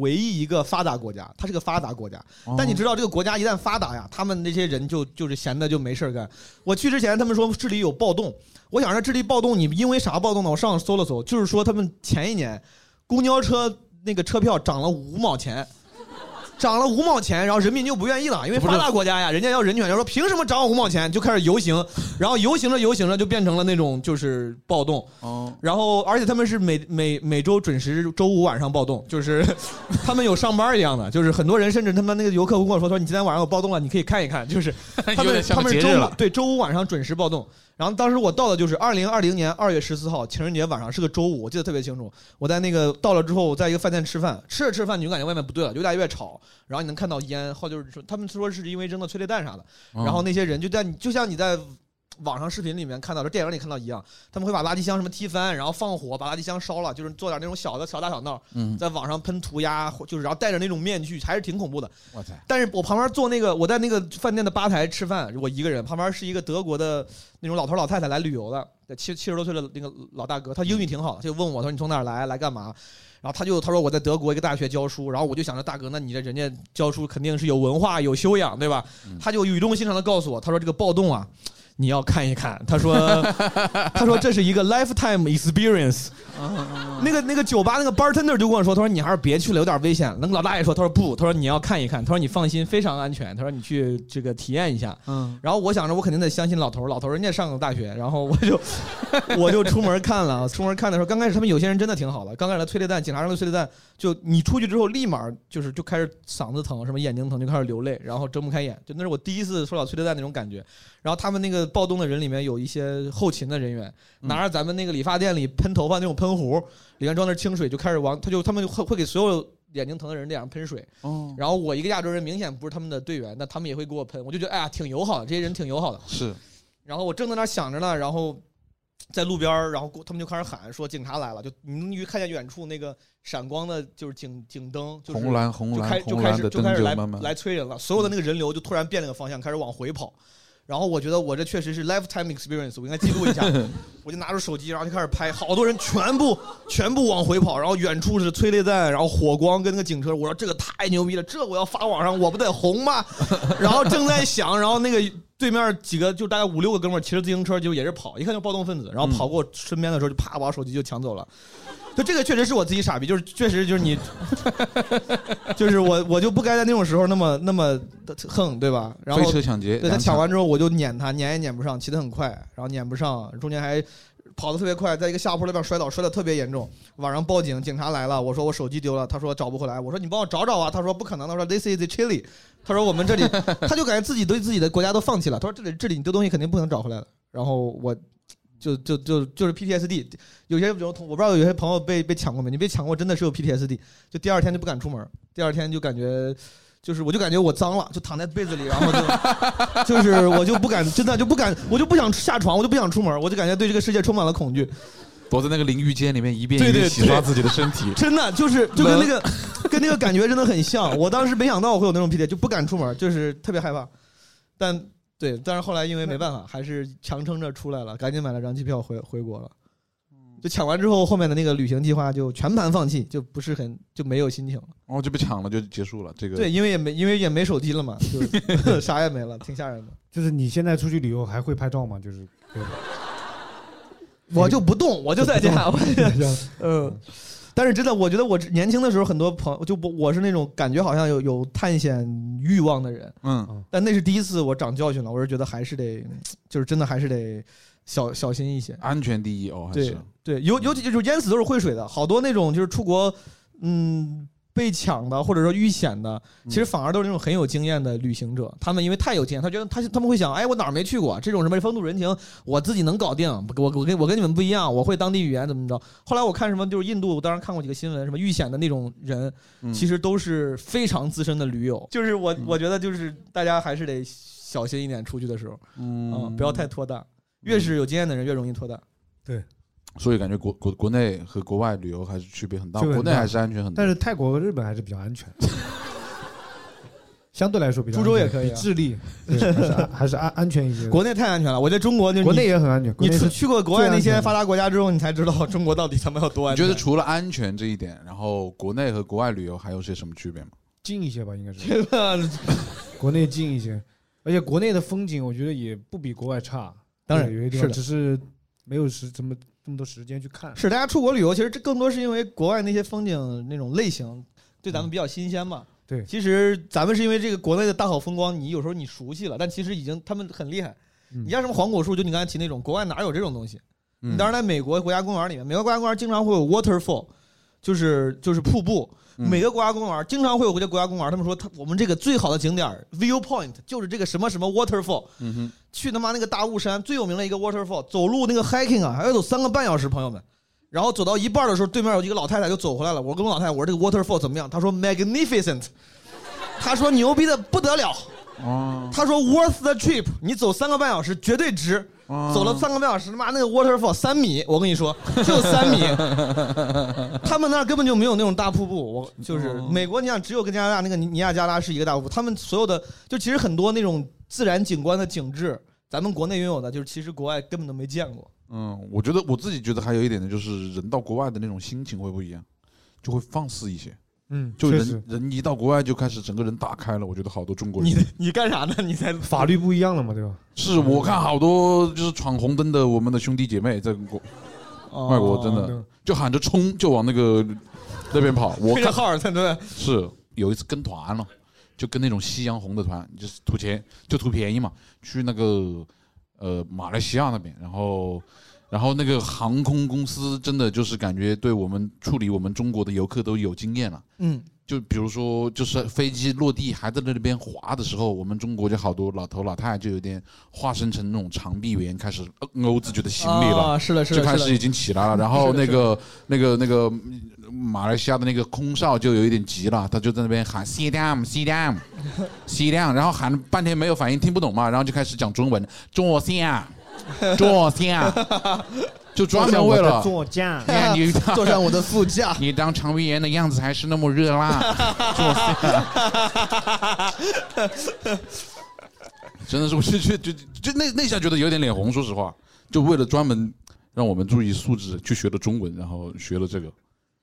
Speaker 4: 唯一一个发达国家，它是个发达国家。
Speaker 3: 哦
Speaker 4: 但你知道这个国家一旦发达呀，他们那些人就就是闲的就没事儿干。我去之前，他们说智利有暴动，我想着智利暴动，你因为啥暴动呢？我上网搜了搜，就是说他们前一年公交车那个车票涨了五毛钱。涨了五毛钱，然后人民就不愿意了，因为发达国家呀，人家要人权，就说凭什么涨我五毛钱，就开始游行，然后游行着游行着就变成了那种就是暴动，
Speaker 3: 哦，
Speaker 4: 然后，而且他们是每每每周准时周五晚上暴动，就是 他们有上班一样的，就是很多人甚至他们那个游客跟我说说你今天晚上有暴动了，你可以看一看，就是他
Speaker 3: 有
Speaker 4: 们
Speaker 3: 点像
Speaker 4: 他
Speaker 3: 个
Speaker 4: 们
Speaker 3: 节
Speaker 4: 是周
Speaker 3: 日
Speaker 4: 五
Speaker 3: 了。
Speaker 4: 对周五晚上准时暴动。然后当时我到的就是二零二零年二月十四号情人节晚上是个周五，我记得特别清楚。我在那个到了之后，我在一个饭店吃饭，吃着吃着饭你就感觉外面不对了，越来越吵，然后你能看到烟，后就是说他们说是因为扔了催泪弹啥的。然后
Speaker 3: 嗯
Speaker 4: 那些人就在你就像你在网上视频里面看到的、电影里看到一样，他们会把垃圾箱什么踢翻，然后放火，把垃圾箱烧了，就是做点那种小的小打小闹，
Speaker 3: 嗯，
Speaker 4: 在网上喷涂鸦，或就是然后戴着那种面具，还是挺恐怖的。
Speaker 3: 我操，
Speaker 4: 但是我旁边坐那个，我在那个饭店的吧台吃饭，我一个人，旁边是一个德国的那种老头老太太来旅游的，七七十多岁的那个老大哥，他英语挺好的，他就问我，他说你从哪儿来，来干嘛？然后他就他说我在德国一个大学教书，然后我就想着大哥，那你这人家教书肯定是有文化有修养，对吧
Speaker 3: 嗯？
Speaker 4: 他就语重心长的告诉我，他说这个暴动啊，你要看一看，他说 他说这是一个 lifetime experience，那个那个酒吧那个 bartender 就跟我说，他说你还是别去了，有点危险。那个老大爷说，他说不，他说你要看一看，他说你放心，非常安全，他说你去这个体验一下。
Speaker 3: 嗯，
Speaker 4: 然后我想着我肯定得相信老头儿，老头儿人家上过大学，然后我就 我就出门看了，出门看的时候，刚开始他们有些人真的挺好的，刚开始他催泪弹，警察扔的催泪弹，就你出去之后立马就是就开始嗓子疼，什么眼睛疼，就开始流泪，然后睁不开眼，就那是我第一次受到催泪弹那种感觉。然后他们那个个暴动的人里面有一些后勤的人员，拿着咱们那个理发店里喷头发那种喷壶，里面装的是清水，就开始往他就他们会会给所有眼睛疼的人脸上喷水。
Speaker 3: 哦，
Speaker 4: 然后我一个亚洲人明显不是他们的队员，那他们也会给我喷，我就觉得哎呀挺友好的，这些人挺友好的。
Speaker 3: 是
Speaker 4: 然后我正在那儿想着呢，然后在路边儿，然后过他们就开始喊说警察来了，就你能看见远处那个闪光的，就是警警灯，就是
Speaker 3: 红蓝红
Speaker 4: 就开
Speaker 3: 蓝
Speaker 4: 就
Speaker 3: 红
Speaker 4: 开
Speaker 3: 蓝
Speaker 4: 始
Speaker 3: 的
Speaker 4: 就
Speaker 3: 灯
Speaker 4: 开始来
Speaker 3: 慢慢
Speaker 4: 来催人了，所有的那个人流就突然变了个方向，开始往回跑。然后我觉得我这确实是 lifetime experience，我应该记录一 下。我就拿出手机，然后就开始拍，好多人全部全部往回跑，然后远处是催泪弹，然后火光跟那个警车。我说这个太牛逼了，这我要发网上我不得红吗？然后正在想，然后那个对面几个就大概五六个哥们儿骑着自行车就也是跑，一看就暴动分子，然后跑过我身边的时候就啪把我手机就抢走了。就这个确实是我自己傻逼，就是确实就是你， 就是我我就不该在那种时候那么那么的横，对吧？然后
Speaker 3: 飞车抢劫，
Speaker 4: 对他
Speaker 3: 两
Speaker 4: 抢完之后，我就撵他，撵也撵不上，骑得很快，然后撵不上，中间还跑得特别快，在一个下坡那边摔倒，摔得特别严重。晚上报警，警察来了，我说我手机丢了，他说找不回来，我说你帮我找找啊，他说不可能，他说 this is Chile，他说我们这里， 他就感觉自己对自己的国家都放弃了，他说这里这里你丢东西肯定不能找回来了，然后我。就就就就是 PTSD，有些有同我不知道有些朋友被被抢过没？你被抢过真的是有 PTSD，就第二天就不敢出门，第二天就感觉就是我就感觉我脏了，就躺在被子里，然后就就是我就不敢，真的就不敢，我就不想下床，我就不想出门，我就感觉对这个世界充满了恐惧。
Speaker 3: 场躲在那个淋浴间里面，一遍一
Speaker 4: 对
Speaker 3: 遍
Speaker 4: 对
Speaker 3: 洗刷自己的身体。
Speaker 4: 真的就是就跟那个跟那个感觉真的很像。我当时没想到我会有那种 PTSD，就不敢出门，就是特别害怕。但对，但是后来因为没办法，还是强撑着出来了，赶紧买了张机票回回国了。就抢完之后，后面的那个旅行计划就全盘放弃，就不是很就没有心情了。
Speaker 3: 然后哦就被抢了，就结束了。这个
Speaker 4: 对，因为也没因为也没手机 了嘛，就 啥也没了，挺吓人的。
Speaker 5: 就是你现在出去旅游还会拍照吗？就是，对吧
Speaker 4: 我就不动，我就在 家，我
Speaker 5: 对
Speaker 4: 嗯，但是真的，我觉得我年轻的时候，很多朋友就不，我是那种感觉好像有有探险欲望的人，
Speaker 3: 嗯，
Speaker 4: 但那是第一次我长教训了，我是觉得还是得，就是真的还是得小小心一些。
Speaker 3: 安全第一哦，还
Speaker 4: 对
Speaker 3: 是
Speaker 4: 对，尤尤其就是淹死都是会水的，好多那种就是出国，嗯。被抢的，或者说遇险的，其实反而都是那种很有经验的旅行者。他们因为太有经验，他觉得他他们会想，哎，我哪儿没去过？这种什么风土人情，我自己能搞定。我我跟我跟你们不一样，我会当地语言，怎么着？后来我看什么，就是印度，我当时看过几个新闻，什么遇险的那种人，
Speaker 3: 嗯
Speaker 4: 其实都是非常资深的驴友。就是我
Speaker 3: 嗯
Speaker 4: 我觉得就是大家还是得小心一点，出去的时候，嗯，
Speaker 3: 嗯
Speaker 4: 不要太拖大。越是有经验的人，越容易拖大。
Speaker 3: 所以感觉国国国内和国外旅游还是区别很大，
Speaker 5: 区别很
Speaker 3: 国内
Speaker 5: 大
Speaker 3: 还是安全很多
Speaker 5: 但。是泰国、日本还是比较安全， 相对来说比较安全。
Speaker 4: 株洲也可以啊
Speaker 5: 比智 利对还是安还是安安全一些的。
Speaker 4: 国内太安全了，我觉得中国就是
Speaker 5: 国内
Speaker 4: 你
Speaker 5: 也很安全，国
Speaker 4: 你
Speaker 5: 内
Speaker 4: 出
Speaker 5: 是
Speaker 4: 去过国外那
Speaker 5: 最安全
Speaker 4: 些
Speaker 5: 的
Speaker 4: 发达国家之后，你才知道中国到底他们有多
Speaker 3: 你
Speaker 4: 安
Speaker 3: 觉
Speaker 4: 全。
Speaker 3: 得除了安全这一点，然后国内和国外旅游还有些什么区别吗？
Speaker 5: 近一些吧，应该是。
Speaker 4: 得
Speaker 5: 国内近一些，而且国内的风景我觉得也不比国外差。
Speaker 4: 当然
Speaker 5: 对有些地方
Speaker 4: 是的
Speaker 5: 只是没有时这么这么多时间去
Speaker 3: 嗯
Speaker 5: 看。
Speaker 4: 是大家出国旅游，其实这更多是因为国外那些风景那种类型对咱们比较新鲜嘛。
Speaker 5: 对
Speaker 4: 其实咱们是因为这个国内的大好风光，你有时候你熟悉了，但其实已经他们很厉害。
Speaker 5: 嗯
Speaker 4: 你像什么黄果树，就你刚才提那种，国外哪有这种东西？
Speaker 3: 嗯
Speaker 4: 你当然在美国国家公园里面，美国国家公园经常会有 waterfall，就是就是瀑布。
Speaker 3: 嗯
Speaker 4: 每个国家公园经常会有个国家公园，他们说他我们这个最好的景点儿 viewpoint 就是这个什么什么 waterfall，
Speaker 3: 嗯哼
Speaker 4: 去他妈那个大雾山最有名的一个 waterfall，走路那个 hiking 啊，还要走三个半小时，朋友们。然后走到一半的时候，对面有一个老太太就走回来了。我跟我老太太我说这个 waterfall 怎么样？她说 magnificent，她说牛逼的不得了，
Speaker 3: 哦，
Speaker 4: 她说 worth the trip，你走三个半小时绝对值。
Speaker 3: 哦
Speaker 4: 走了三个半小时，他妈那个 waterfall 三米，我跟你 说就三米，他们那儿根本就没有那种大瀑布。我就是
Speaker 3: 哦
Speaker 4: 美国，你想只有跟加拿大那个尼尼亚加拉是一个大瀑布，他们所有的就其实很多那种自然景观的景致，咱们国内拥有的，就是其实国外根本都没见 过。
Speaker 3: 嗯，我觉得我自己觉得还有一点呢，就是人到国外的那种心情会不一样，就会放肆一些。
Speaker 5: 嗯，
Speaker 3: 就
Speaker 5: 确
Speaker 3: 人
Speaker 5: 实
Speaker 3: 人一到国外就开始整个人打开了，我觉得好多中国
Speaker 4: 你
Speaker 3: 人
Speaker 4: 你干啥呢？你在
Speaker 5: 法律不一样了嘛，对吧？
Speaker 3: 是我看好多就是闯红灯的我们的兄弟姐妹在国
Speaker 4: 哦
Speaker 3: 外国真的
Speaker 5: 哦对
Speaker 3: 就喊着冲就往那个那边 跑，我
Speaker 4: 对着
Speaker 3: 看
Speaker 4: 号儿，对 对
Speaker 3: 是有一次跟团了，就跟那种夕阳红的团，就是图钱就图便宜嘛，去那个呃马来西亚那边，然后然后那个航空公司真的就是感觉对我们处理我们中国的游客都有经验了，
Speaker 4: 嗯，
Speaker 3: 就比如说，就是飞机落地还在那边滑的时候，我们中国就好多老头老太太就有点化身成那种长臂猿，开始欧自己的行李了。
Speaker 4: 啊，是的，是
Speaker 3: 就
Speaker 4: 的，
Speaker 3: 开
Speaker 4: 是
Speaker 3: 始
Speaker 4: 的
Speaker 3: 已经起来了，然后
Speaker 4: 是的
Speaker 3: 那
Speaker 4: 是
Speaker 3: 个那个那个马来西亚的那个空少就有一点急了，他就在那边喊 “sit down, sit down, sit down”，然后喊了半天没有反应，听不懂嘛，然后就开始讲中文，坐下，坐下，就专门为了
Speaker 5: 座驾，
Speaker 3: 哎呀 你。
Speaker 4: 坐上我的副驾
Speaker 3: 你当长臂猿的样子还是那么热辣，坐下。真的是，我就就就就那那下觉得有点脸红，说实话，就为了专门让我们注意素质，去学了中文，然后学了这个。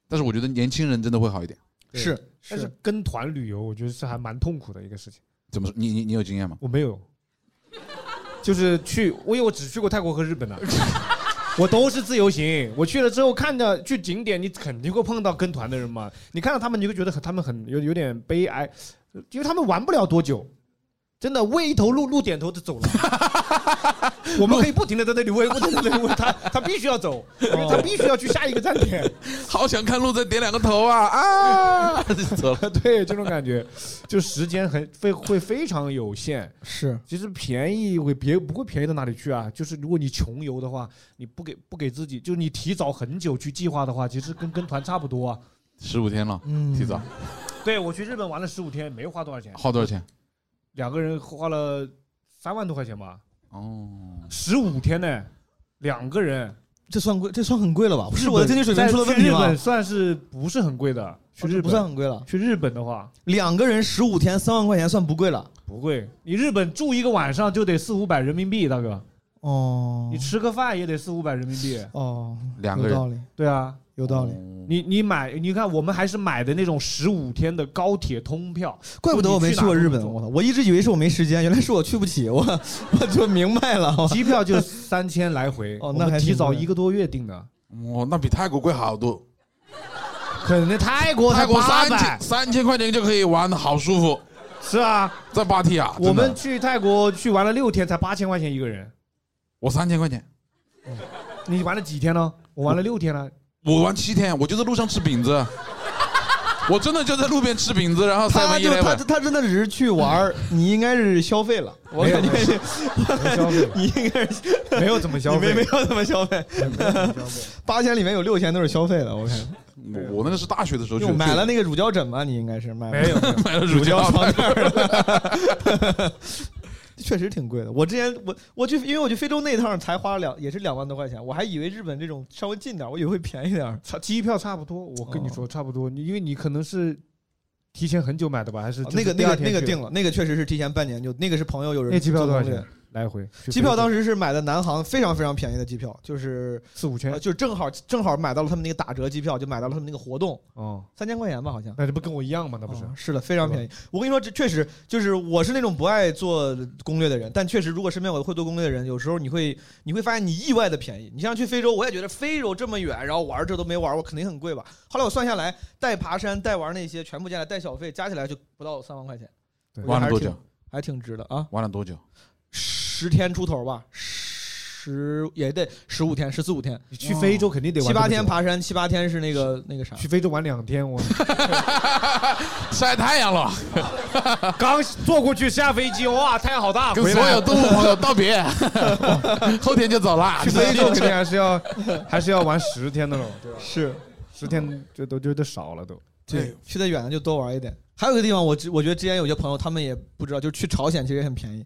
Speaker 3: 但是我觉得年轻人真的会好一点。
Speaker 5: 对
Speaker 4: 是
Speaker 5: 但是跟团旅游，我觉得是还蛮痛苦的一个事情。
Speaker 3: 怎么说？你你你有经验吗？
Speaker 5: 我没有， 就是去，我因为我只去过泰国和日本的， 我都是自由行。我去了之后，看着去景点，你肯定会碰到跟团的人嘛。你看到他们，你会觉得很，他们很有有点悲哀，因为他们玩不了多久。真的喂一头鹿，鹿点头就走了。 我们可以不停的在那里喂，不停的在那里喂他，他必须要走，因为他必须要去下一个站点。
Speaker 3: 好想看鹿再点两个头啊啊！ 走了。
Speaker 5: 对，这种感觉，就时间很会会非常有限。
Speaker 4: 是，
Speaker 5: 其实便宜会别不会便宜到哪里去啊？就是如果你穷游的话，你不给不给自己，就是你提早很久去计划的话，其实跟跟团差不多啊。
Speaker 3: 十五天了，
Speaker 4: 嗯
Speaker 3: 提早
Speaker 5: 对我去日本玩了十五天，没花多少钱，
Speaker 3: 花多少钱？
Speaker 5: 两个人花了三万多块钱吧，
Speaker 3: 哦，
Speaker 5: 十五天呢，两个人。
Speaker 4: 这算贵，这算很贵了吧？是我的
Speaker 5: 日本
Speaker 4: 经济水平
Speaker 5: 在
Speaker 4: 出了问
Speaker 5: 去
Speaker 4: 题
Speaker 5: 日
Speaker 4: 吗？
Speaker 5: 本算是不是很贵的？去
Speaker 4: 哦
Speaker 5: 日
Speaker 4: 这
Speaker 5: 本
Speaker 4: 不算很贵了，
Speaker 5: 去日本的话
Speaker 4: 两个人十五天三万块钱算不贵了。
Speaker 5: 不贵，你日本住一个晚上就得四五百人民币，大哥，
Speaker 4: 哦
Speaker 5: 你吃个饭也得四五百人民 币。
Speaker 4: 哦，
Speaker 3: 两个
Speaker 4: 有
Speaker 3: 人
Speaker 4: 道理，
Speaker 5: 对啊，
Speaker 4: 有道理。
Speaker 3: 哦
Speaker 5: 你你买，你看我们还是买的那种十五天的高铁通票，
Speaker 4: 怪不得我没去过日本，
Speaker 5: 你去哪儿都能
Speaker 4: 我
Speaker 5: 坐
Speaker 4: 操！我一直以为是我没时间，原来是我去不起，我我就明白了。我
Speaker 5: 机票就三千来回，
Speaker 4: 哦
Speaker 5: 我
Speaker 4: 那
Speaker 5: 们
Speaker 4: 还挺
Speaker 5: 提早
Speaker 4: 贵的
Speaker 5: 一个多月订的。
Speaker 3: 哇，哦那比泰国贵好多。
Speaker 5: 肯定泰国
Speaker 3: 泰国
Speaker 5: 八
Speaker 3: 三
Speaker 5: 百
Speaker 3: 千，三千块钱就可以玩，好舒服。
Speaker 5: 是啊，
Speaker 3: 在芭提雅，
Speaker 5: 我
Speaker 3: 真
Speaker 5: 们
Speaker 3: 的
Speaker 5: 去泰国去玩了六天，才八千块钱一个人。
Speaker 3: 我三千块钱，
Speaker 5: 你玩了几天呢？我玩了六天了。
Speaker 3: 我玩七天，我就在路上吃饼 子，我真的就在路边吃饼子，然后塞
Speaker 4: 他
Speaker 3: 文一
Speaker 4: 就
Speaker 3: 来
Speaker 4: 他
Speaker 3: 本。
Speaker 4: 他真的只是去玩 儿，你应该是消费了，我
Speaker 5: 没有
Speaker 4: 感觉是，
Speaker 5: 没消费
Speaker 4: 你应该是
Speaker 5: 没有怎么消
Speaker 4: 你
Speaker 5: 费，
Speaker 4: 没没有怎么消费， 八千里面有六千都是消费的，我看
Speaker 3: 我我那个是大学的时候去的，
Speaker 4: 买了那个乳胶枕吗？你应该是买了
Speaker 5: 没有，没有
Speaker 3: 买了乳胶
Speaker 4: 床垫儿， 确实挺贵的。我之前我我去，因为我去非洲那趟才花了两，也是两万多块钱。我还以为日本这种稍微近点儿，我以为会便宜点儿。
Speaker 5: 差机票差不多。我跟你
Speaker 4: 哦
Speaker 5: 说差不多，你因为你可能是提前很久买的吧，还是就是
Speaker 4: 哦那个
Speaker 5: 第
Speaker 4: 那
Speaker 5: 二
Speaker 4: 个
Speaker 5: 天
Speaker 4: 那个
Speaker 5: 去
Speaker 4: 定了，那个确实是提前半年就，那个是朋友有人
Speaker 5: 那机票多少
Speaker 4: 做攻
Speaker 5: 钱
Speaker 4: 略？？
Speaker 5: 来回
Speaker 4: 机票当
Speaker 5: 时
Speaker 4: 时是买的南航非常非常便宜的机票，就是
Speaker 5: 四五千
Speaker 4: 呃，就是正好正好买到了他们那个打折机票，就买到了他们那个活动，
Speaker 5: 哦，
Speaker 4: 三千块钱吧，好像。
Speaker 5: 那这不跟我一样吗？那不是
Speaker 4: 哦是的，非常便宜。我跟你说，这确实就是我是那种不爱做攻略的人，但确实，如果身边有会做攻略的人，有时候你会你会发现你意外的便宜。你像去非洲，我也觉得非洲这么远，然后玩这都没玩，我肯定很贵吧。后来我算下来，带爬山、带玩那些全部加起来，带小费加起来就不到三万块钱，
Speaker 5: 对
Speaker 4: 我觉得
Speaker 3: 玩
Speaker 4: 还
Speaker 3: 了
Speaker 4: 是
Speaker 3: 多
Speaker 4: 挺
Speaker 3: 久？
Speaker 4: 还挺值的啊，
Speaker 3: 玩了多久？
Speaker 4: 十天出头吧，十也得十五天，十四五天，
Speaker 5: 你去非洲肯定得玩
Speaker 4: 七八
Speaker 5: 这么
Speaker 4: 天
Speaker 5: 久
Speaker 4: 爬山，七八天是那个那个啥，
Speaker 5: 去非洲玩两天，我
Speaker 3: 晒太阳了，
Speaker 5: 刚坐过去下飞机，哇，太阳好
Speaker 4: 啊
Speaker 5: 大，
Speaker 3: 跟
Speaker 5: 回
Speaker 3: 所
Speaker 5: 来
Speaker 3: 有
Speaker 5: 了
Speaker 3: 动物朋友 道别，后天就走了。
Speaker 5: 去非洲肯定还是要还是要玩十天的喽，对吧？
Speaker 4: 是
Speaker 5: 十天就都就都少了都。
Speaker 4: 对，去的远的就多玩一点。还有一个地方，我之我觉得之前有些朋友他们也不知道，就是去朝鲜其实也很便宜。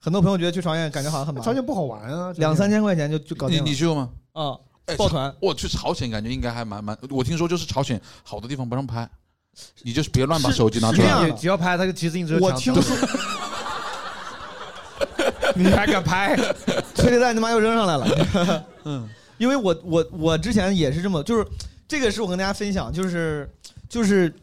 Speaker 4: 很多朋友觉得去朝鲜感觉好像很麻
Speaker 5: 朝
Speaker 4: 烦，
Speaker 5: 鲜不好玩啊，
Speaker 4: 两三千块钱就就搞
Speaker 3: 你
Speaker 4: 定了
Speaker 3: 你去过吗？
Speaker 4: 啊！
Speaker 3: 哎
Speaker 4: 抱团
Speaker 3: 我去朝鲜，感觉应该还蛮蛮。我听说就是朝鲜好多地方不让拍，你就是别乱把
Speaker 4: 是
Speaker 3: 手机拿
Speaker 4: 是
Speaker 3: 出
Speaker 4: 这
Speaker 3: 来
Speaker 4: 样。
Speaker 5: 也只要拍他就骑自行车
Speaker 4: 我
Speaker 5: 抢
Speaker 4: 听
Speaker 5: 走
Speaker 4: 说
Speaker 5: 你还敢 拍？
Speaker 4: 催泪弹他妈又扔上来了，
Speaker 3: 嗯
Speaker 4: 因为我我我之前也是这么，就是这个是我跟大家分享，就是就是。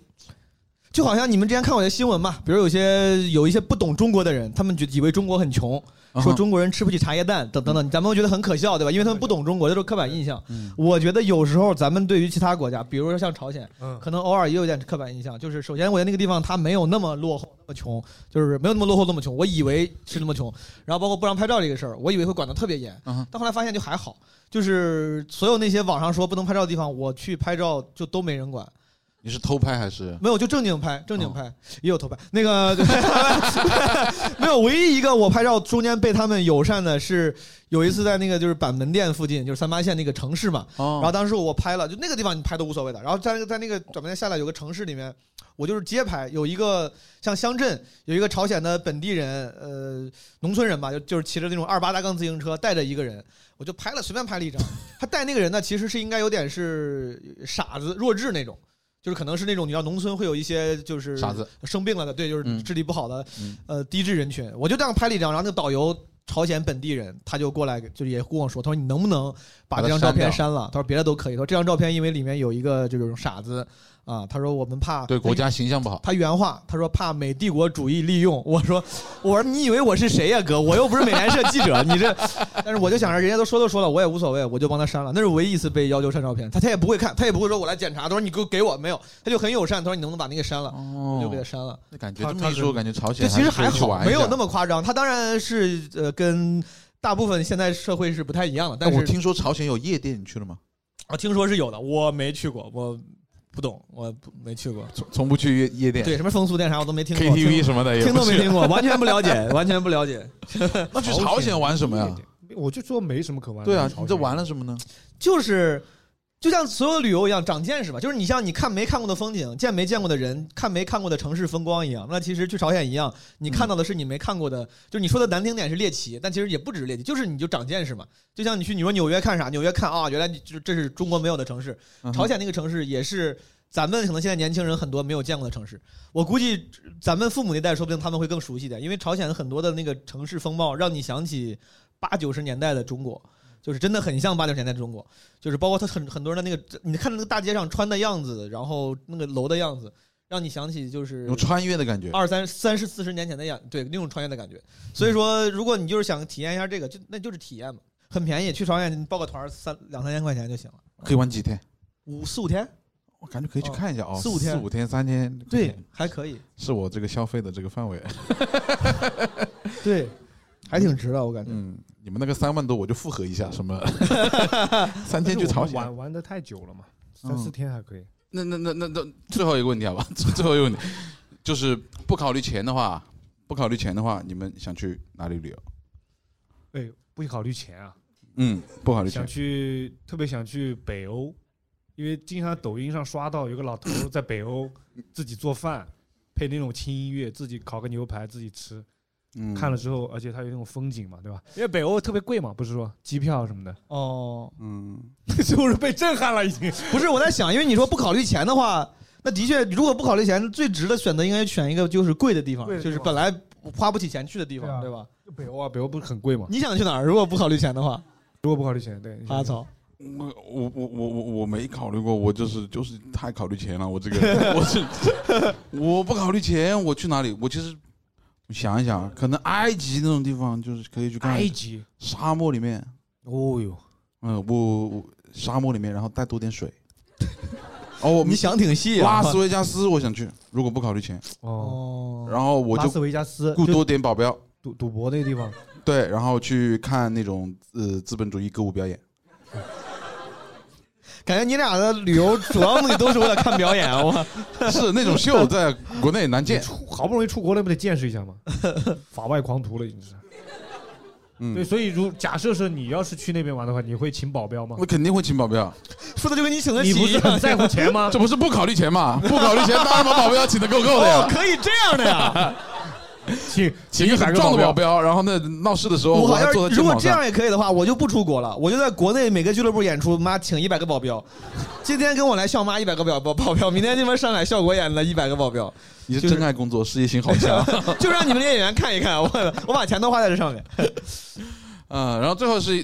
Speaker 4: 就好像你们之前看我的新闻嘛，比如有些有一些不懂中国的人，他们觉以为中国很穷，
Speaker 3: 嗯
Speaker 4: 说中国人吃不起茶叶蛋等等等，咱们会觉得很可笑，对吧？因为他们不懂中国，这都是刻板印象。
Speaker 3: 嗯
Speaker 4: 我觉得有时候咱们对于其他国家，比如说像朝鲜，
Speaker 5: 嗯，
Speaker 4: 可能偶尔也有点刻板印象，就是首先我在那个地方它没有那么落后那么穷，就是没有那么落后那么穷，我以为是那么穷。然后包括不让拍照这个事儿，我以为会管得特别严
Speaker 3: 嗯哼，
Speaker 4: 但后来发现就还好，就是所有那些网上说不能拍照的地方，我去拍照就都没人管。
Speaker 3: 你是偷拍还是？
Speaker 4: 没有，就正经拍，正经拍、也有偷拍。那个 没有，唯一一个我拍照中间被他们友善的是有一次在那个就是板门店附近，就是三八线那个城市嘛。
Speaker 3: 哦
Speaker 4: 然后当时我拍了，就那个地方你拍都无所谓的。然后在那个在那个转盘店下来有个城市里面，我就是街拍，有一个像乡镇有一个朝鲜的本地人，呃，农村人吧，就就是骑着那种二八大杠自行车，带着一个人，我就拍了，随便拍了一张。他带那个人呢，其实是应该有点是傻子弱智那种。就是可能是那种你知道农村会有一些就是
Speaker 3: 傻子
Speaker 4: 生病了的，对，就是
Speaker 3: 嗯
Speaker 4: 智力不好的，
Speaker 3: 嗯
Speaker 4: 呃，低智人群。我就这样拍了一张，然后那个导游朝鲜本地人，他就过来就也跟我说，他说你能不能把
Speaker 3: 把它
Speaker 4: 这张照片
Speaker 3: 删
Speaker 4: 删了？他说别的都可以，他说这张照片因为里面有一个这种傻子啊，他说我们怕
Speaker 3: 对国。家形象不好，
Speaker 4: 他原话，他说怕美帝国主义利用。我说，我说你以为我是谁呀、哥？我又不是美联社记者，你 这……但是我就想着人家都说都说了，我也无所谓，我就帮他删了。那是唯一一次被要求删照片，他他也不会看，他也不会说我来检查，他说你给我给我没有，他就很友善，他说你能不能把那个删了，我
Speaker 3: 哦
Speaker 4: 就给他删了。
Speaker 3: 那感觉
Speaker 4: 他
Speaker 3: 这么一
Speaker 4: 他是
Speaker 3: 说，感觉朝鲜
Speaker 4: 这其实还
Speaker 3: 是可以去
Speaker 4: 好，
Speaker 3: 玩一
Speaker 4: 没有
Speaker 3: 下
Speaker 4: 那么夸张。他当然是呃跟大部分现在社会是不太一样的，但
Speaker 3: 哎
Speaker 4: 是
Speaker 3: 我听说朝鲜有夜店，你去了吗？
Speaker 4: 啊听说是有的，我没去过，我不懂，我不没去过。
Speaker 3: 从从不去夜夜店
Speaker 4: 对，什么风俗店啥我都 没听过
Speaker 3: ，KTV 什么的
Speaker 4: 听
Speaker 3: 也
Speaker 4: 听
Speaker 3: 不
Speaker 4: 都没
Speaker 3: 去。
Speaker 4: 听过，完全不了 解，完全不了解。
Speaker 3: 那去朝鲜玩什么呀？？
Speaker 5: 我就说没什么可玩的。
Speaker 3: 对啊，
Speaker 5: 朝
Speaker 3: 你
Speaker 5: 鲜
Speaker 3: 这玩了什么呢？
Speaker 4: 就是就像所有旅游一样，长见识吧。就是你像你看没看过的风景，见没见过的人，看没看过的城市风光一样。那其实去朝鲜一样，你看到的是你没看过的，就是你说的难听点是猎奇，但其实也不止猎奇，就是你就长见识嘛。就像你去你说纽约看啥，纽约看啊，原来你就这是中国没有的城市，
Speaker 3: 嗯哼
Speaker 4: 朝鲜那个城市也是。咱们可能现在年轻人很多没有见过的城市，我估计咱们父母那代说不定他们会更熟悉一点，因为朝鲜很多的那个城市风貌让你想起八九十年代的中国，就是真的很像八九十年代的中国。就是包括他很很多人的那个，你看那个大街上穿的样子，然后那个楼的样子，让你想起就是
Speaker 3: 有穿越的感觉。
Speaker 4: 二三三十四十年前的样，对那种穿越的感觉。所以说，如果你就是想体验一下这个，就那就是体验嘛，很便宜，去朝鲜你报个团儿三两三千块钱就行了，
Speaker 3: 可以玩几天？
Speaker 4: 五四五天，
Speaker 3: 我感觉可以去看一下哦，
Speaker 4: 四五天
Speaker 3: 四五天、三天，
Speaker 4: 对，，还可以，
Speaker 3: 是我这个消费的这个范围。
Speaker 4: 对，还挺值的，我感觉。
Speaker 3: 嗯，你们那个三万多，我就复合一下，什么三天去朝
Speaker 5: 但是我
Speaker 3: 鲜？
Speaker 5: 们玩玩的太久了嘛，
Speaker 3: 嗯
Speaker 5: 三四天还可以。
Speaker 3: 那那那那那最后一个问题好吧， 最最后一个问题就是不考虑钱的话，不考虑钱的话，你们想去哪里旅游？
Speaker 5: 哎，不考虑钱啊，
Speaker 3: 嗯，不考虑
Speaker 5: 想
Speaker 3: 钱，
Speaker 5: 去特别想去北欧，因为经常抖音上刷到有个老头 儿在北欧自己做饭，配那种轻音乐，自己烤个牛排自己吃。
Speaker 3: 嗯，
Speaker 5: 看了，之后，而且它有那种风景嘛，对吧？因为北欧特别贵嘛，不是说机票什么的，
Speaker 4: 哦，
Speaker 3: 嗯，
Speaker 5: 就是 被震撼了已经。
Speaker 4: 不是，我在想，因为你说不考虑钱的话，那的确，如果不考虑钱，最值的选择应该选一个就是贵的地方
Speaker 5: 贵，的地
Speaker 4: 就
Speaker 5: 方
Speaker 4: 是本来花不起钱去的地
Speaker 5: 对
Speaker 4: 方，
Speaker 5: 啊
Speaker 4: 对吧？
Speaker 5: 北欧啊，北欧不是很贵嘛？
Speaker 4: 你想去哪儿？如果不考虑钱的话，
Speaker 5: 如果不考虑钱，对，你想
Speaker 4: 阿草，
Speaker 3: 我我我我我我没考虑过，我就是就是太考虑钱了，我这个我是 我不考虑钱，我去哪里？我其实我想一想，可能埃及那种地方就是可以去看
Speaker 5: 埃及，
Speaker 3: 沙漠里面，
Speaker 5: 哦哟，
Speaker 3: 嗯，我我沙漠里面，然后带多 点水。哦，我
Speaker 4: 你
Speaker 3: 们
Speaker 4: 想挺细啊。
Speaker 3: 拉斯维加斯我想去，如果不考虑钱，
Speaker 5: 哦，
Speaker 4: 哦，
Speaker 3: 然后我
Speaker 5: 拉
Speaker 3: 就
Speaker 5: 斯维加斯
Speaker 3: 雇
Speaker 5: 就
Speaker 3: 多点保镖，
Speaker 5: 赌赌博那个地方，
Speaker 3: 对，然后去看那种呃资本主义歌舞表演。
Speaker 4: 感觉你俩的旅游主要目的都是为了看表演啊！我
Speaker 3: 是那种秀在国内难见。
Speaker 5: 出好不容易出国了，不得见识一 下吗？法外狂徒了已经是。对，
Speaker 3: 嗯，
Speaker 5: 所以如假设是你要是去那边玩的话，你会请保镖吗
Speaker 3: 我？肯定会请保镖，
Speaker 4: 说的就跟你请的
Speaker 5: 你
Speaker 4: 起
Speaker 5: 不
Speaker 4: 一
Speaker 5: 是
Speaker 4: 样
Speaker 5: 很。在乎钱吗
Speaker 3: 这？不是不考虑钱嘛？ 不考虑钱，当然把保镖请的够够的
Speaker 4: 哦，
Speaker 3: 呀。
Speaker 4: 可以这样的呀！
Speaker 5: 请请
Speaker 3: 请一
Speaker 5: 一
Speaker 3: 个
Speaker 5: 百
Speaker 3: 很
Speaker 5: 个
Speaker 3: 壮的
Speaker 5: 镖，
Speaker 3: 保镖，然后那闹事的时候，
Speaker 4: 我
Speaker 3: 还
Speaker 4: 要
Speaker 3: 坐在
Speaker 4: 是
Speaker 3: 肩
Speaker 4: 如果
Speaker 3: 膀
Speaker 4: 这
Speaker 3: 上。
Speaker 4: 样也可以的话，我就不出国了，我就在国内每个俱乐部演出，妈请一百个保镖。今天跟我来笑妈一百个保保保镖，明天他妈上海效果演的一百个保镖，
Speaker 3: 你是
Speaker 4: 就是
Speaker 3: 真爱工作，事业心好强。
Speaker 4: 就让你们这些演员看一看，我我把钱都花在这上面。
Speaker 3: 嗯，然后最后是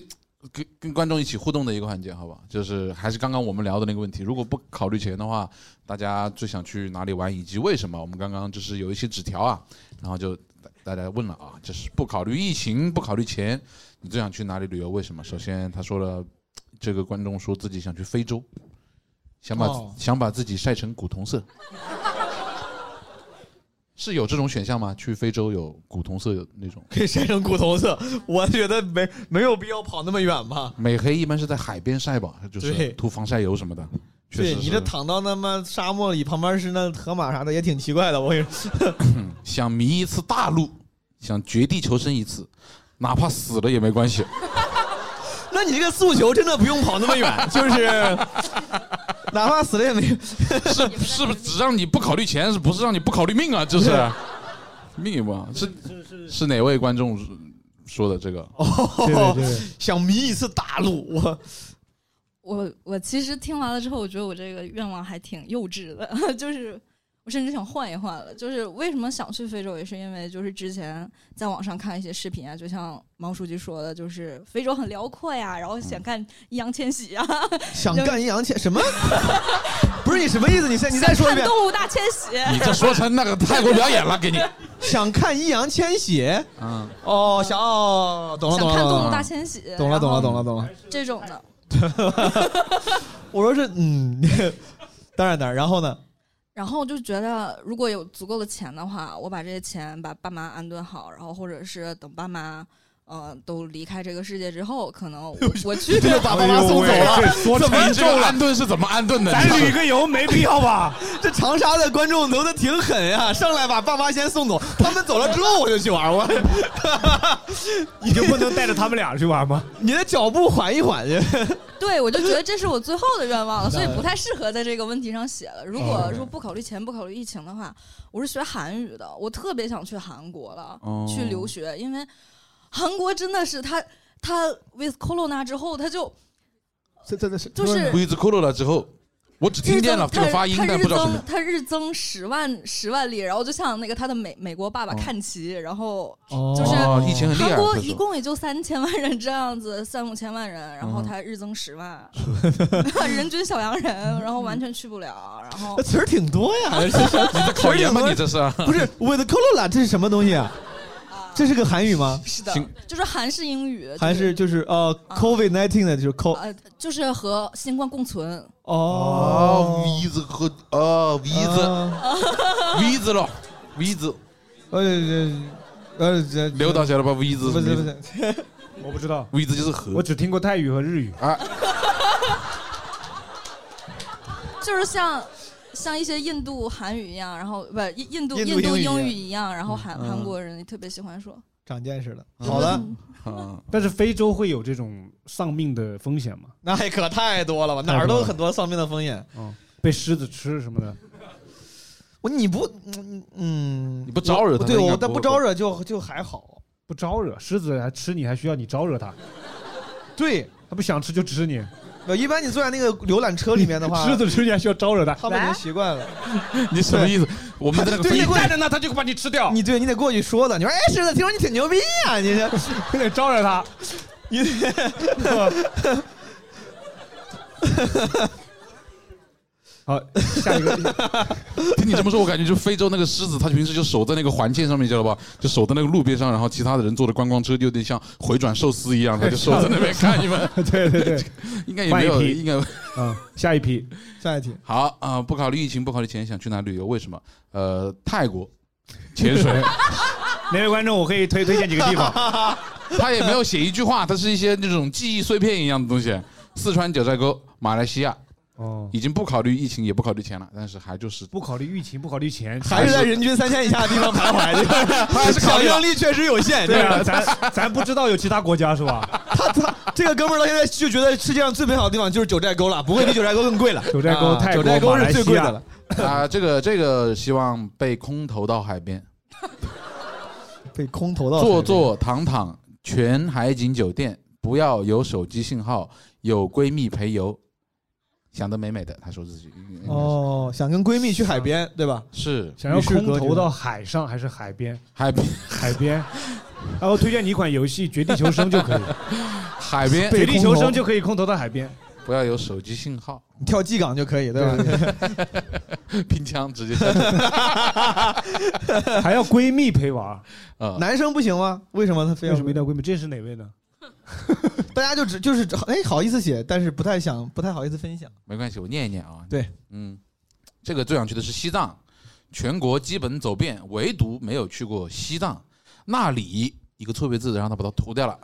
Speaker 3: 跟跟观众一起互动的一个环节，好吧？就是还是刚刚我们聊的那个问题，如果不考虑钱的话，大家最想去哪里玩以及为什么？我们刚刚就是有一些纸条啊，然后就大家问了啊，就是不考虑疫情，不考虑钱，你最想去哪里旅游？为什么？首先他说了，这个观众说自己想去非洲，想把、
Speaker 4: 哦
Speaker 3: 想把自己晒成古铜色。 是有这种选项吗？去非洲有古铜色有那种
Speaker 4: 可以晒成古铜色，我觉得没没有必要跑那么远吧。
Speaker 3: 美黑一般是在海边晒吧，就是
Speaker 4: 对
Speaker 3: 涂防晒油什么的。确
Speaker 4: 对，
Speaker 3: 实
Speaker 4: 你
Speaker 3: 是
Speaker 4: 这躺到那么沙漠里，旁边是那河马啥的，也挺奇怪的。我跟你说，
Speaker 3: 想迷一次大陆，想绝地求生一次，哪怕死了也没关系。
Speaker 4: 那你这个诉求真的不用跑那么远，就是 哪怕死了也没。
Speaker 3: 是是不是只让你不考虑钱，是不是让你不考虑命啊？就是
Speaker 4: 对
Speaker 3: 命吧？是
Speaker 5: 是是
Speaker 3: 是哪位观众说的这个？
Speaker 5: 对对对，
Speaker 4: 想迷一次大陆，我
Speaker 7: 我我其实听完了之后，我觉得我这个愿望还挺幼稚的， 就是我甚至想换一换了。就是为什么想去非洲，也是因为就是之前在网上看一些视频啊，就像毛书记说的，就是非洲很辽阔呀，然后
Speaker 4: 嗯
Speaker 7: 想看易烊千玺啊，
Speaker 4: 想干易烊千 什么？不是你什么意思？你再你再说一
Speaker 7: 看
Speaker 4: 遍，
Speaker 7: 动物大迁徙。
Speaker 3: 你这说成那个泰国表演了，给你。
Speaker 4: 想看易烊千玺？
Speaker 3: 嗯，
Speaker 4: 哦，想哦，懂了
Speaker 7: 想
Speaker 4: 懂
Speaker 7: 看
Speaker 4: 了
Speaker 7: 动
Speaker 4: 懂
Speaker 7: 物大
Speaker 4: 了
Speaker 7: 迁徙，
Speaker 4: 懂了懂
Speaker 7: 然后
Speaker 4: 了懂了懂了。
Speaker 7: 这种的，
Speaker 4: 我说是嗯， 当然当然，然后呢？
Speaker 7: 然后就觉得，如果有足够的钱的话，我把这些钱把爸妈安顿好，然后或者是等爸妈，呃，都离开这个世界之后，可能 我我去
Speaker 4: 这就把爸妈送走了，
Speaker 5: 说
Speaker 4: 怎么
Speaker 3: 你这个安顿是怎么安顿的？
Speaker 5: 咱
Speaker 3: 你
Speaker 4: 哎
Speaker 5: 旅个游没必要吧？
Speaker 4: 这长沙的观众留的挺狠呀、上来把爸妈先送走，他们走了之后我就去玩。我，
Speaker 5: 你就不能带着他们俩去玩吗？
Speaker 4: 你的脚步缓一缓去。
Speaker 7: 对我就觉得这是我最后的愿望了，所 以不太适合在这个问题上写了。如
Speaker 3: 哦
Speaker 7: 果说不考虑钱、不考虑疫情的话，我是学韩语的，我特别想去韩国了，
Speaker 3: 哦
Speaker 7: 去留学，因为韩国真的是他他 with corona 之后，他就
Speaker 4: 这真的是
Speaker 7: 就是
Speaker 3: with c o l o 了之后，我只听见了这个发音，
Speaker 7: 他
Speaker 3: 但
Speaker 7: 日
Speaker 3: 不知道什
Speaker 7: 增
Speaker 3: 么。
Speaker 7: 他日增十万十万例，然后就像那个他的美美国爸爸
Speaker 3: 哦
Speaker 7: 看齐，然后就是啊
Speaker 3: 哦，疫情很厉害。
Speaker 7: 韩国
Speaker 3: 他说
Speaker 7: 一共也就三千万人这样子，三五千万人，然后
Speaker 3: 嗯
Speaker 7: 他日增十万， 人均小洋人，然后完全去不了，然后
Speaker 4: 那词儿挺多 呀。这是
Speaker 3: 你在考研吗？你这是？啊
Speaker 4: 不是 with Corolla 这是什么东西啊？
Speaker 7: 啊，
Speaker 4: 这是个韩语吗？
Speaker 7: 是的
Speaker 3: 行，
Speaker 7: 就是韩式英语，
Speaker 4: 还是就是呃
Speaker 7: 啊
Speaker 4: COVID nineteen 的就是 CO
Speaker 7: 呃，就是和新冠共存，
Speaker 3: 哦
Speaker 4: 哦
Speaker 3: ，with 和哦，with
Speaker 4: 啊
Speaker 3: with 了，with
Speaker 4: 呃呃呃这
Speaker 3: 刘导晓得吧？with
Speaker 4: 不是不是
Speaker 5: 我不知道，
Speaker 3: ，with 就是和
Speaker 5: 我只听过泰语和日语。
Speaker 3: 啊，
Speaker 7: 就是像。像一些印度韩语一样，然后不印印度
Speaker 4: 印度
Speaker 7: 印度
Speaker 4: 英语
Speaker 7: 英语一样，然后韩
Speaker 3: 嗯
Speaker 7: 韩国人也特别喜欢说。
Speaker 4: 长见识了。好的，
Speaker 7: 嗯，
Speaker 3: 嗯
Speaker 5: 但是非洲会有这种丧命的风险吗？
Speaker 4: 那还可太多了吧？
Speaker 5: 太多
Speaker 4: 哪儿都
Speaker 5: 了
Speaker 4: 很多丧命的风险。
Speaker 5: 被狮子吃什么的？
Speaker 4: 我你不嗯嗯
Speaker 3: 你不招惹他
Speaker 4: 对
Speaker 3: 他应该
Speaker 4: 我
Speaker 3: 不
Speaker 4: 但不
Speaker 3: 会
Speaker 4: 招惹就就还好。
Speaker 5: 不招惹狮子还吃你，还需要你招惹它？
Speaker 4: 对，
Speaker 5: 它不想吃就吃你。
Speaker 4: 呃一般你坐在那个浏览车里面的话，
Speaker 5: 狮子吃你还需要招惹它？
Speaker 4: 他们已经习惯了。
Speaker 3: 你什么意思？我们的那个
Speaker 4: 对
Speaker 3: 飞
Speaker 4: 那
Speaker 3: 机
Speaker 4: 个
Speaker 5: 站着呢，它就把你吃掉。
Speaker 4: 你对你得过去说的，你说哎狮子，听说你挺牛逼啊，你这
Speaker 5: 你得招惹它。
Speaker 4: 你
Speaker 5: 好，下一个。
Speaker 3: 听你这么说，我感觉就非洲那个狮子，它平时就守在那个环线上面，知道吧？就守在那个路边上，然后其他的人坐的观光车就有点像回转寿司一样，它就守在那边看 你们。
Speaker 5: 对对 对，
Speaker 3: 应该也没有，
Speaker 5: 换一批
Speaker 3: 应该
Speaker 5: 嗯，下一批。
Speaker 4: 下一题，
Speaker 3: 好啊、呃不考虑疫情，不考虑钱，想去哪旅游？为什么？呃，泰国潜水，
Speaker 5: 哪位观众，我可以推推荐几个地方。
Speaker 3: 他也没有写一句话，它是一些那种记忆碎片一样的东西。四川九寨沟、马来西亚，
Speaker 5: 哦，
Speaker 3: 已经不考虑疫情，也不考虑钱了，但是还就是
Speaker 5: 不考虑疫情，不考虑钱，
Speaker 4: 还是在人均三千以下的地方徘 徊，
Speaker 3: 还是考
Speaker 4: 想
Speaker 3: 虑
Speaker 4: 象力确实有限。
Speaker 5: 对啊，
Speaker 4: 这个
Speaker 5: 咱咱不知道有其他国家是 吧？
Speaker 4: 他他 这个哥们儿到现在就觉得世界上最美好的地方就是九寨沟了，不会比九寨沟更贵了。
Speaker 5: 九寨沟
Speaker 4: 啊
Speaker 5: 泰国
Speaker 4: 九寨沟
Speaker 5: 马来
Speaker 4: 是
Speaker 5: 西亚
Speaker 4: 最贵的了。
Speaker 3: 啊、这个这个希望被空投到海边。
Speaker 4: 被空投到
Speaker 3: 坐坐躺躺，全海景酒店，不要有手机信号，有闺蜜陪游，想得美美的。他说自己应该是
Speaker 4: 哦，想跟闺蜜去海边，对吧？
Speaker 3: 是
Speaker 5: 想要
Speaker 4: 与世
Speaker 5: 空
Speaker 4: 隔绝
Speaker 5: 投到海上还是海 边？
Speaker 3: 海边，
Speaker 5: 海边。然后推荐你一款游戏《绝地求生》就 可以，《
Speaker 3: 海边
Speaker 5: 绝地
Speaker 4: 被空
Speaker 5: 求
Speaker 4: 投
Speaker 5: 生》就可以空投到海 边。
Speaker 3: 不要有手机信号，
Speaker 4: 你跳纪港就可以，对吧？
Speaker 3: 拼枪直接
Speaker 5: 还要闺蜜陪玩儿，
Speaker 3: 啊、
Speaker 4: 男生不行吗？为什么他非
Speaker 5: 为
Speaker 4: 要
Speaker 5: 什么一定要闺蜜？这是哪位呢？
Speaker 4: 大家就只就是哎好意思写，但是不太想不太好意思分享。
Speaker 3: 没关系，我念一念啊。
Speaker 4: 对，
Speaker 3: 嗯，这个最想去的是西藏，全国基本走遍，唯独没有去过西藏，那里一个错别字 让他把它涂掉了。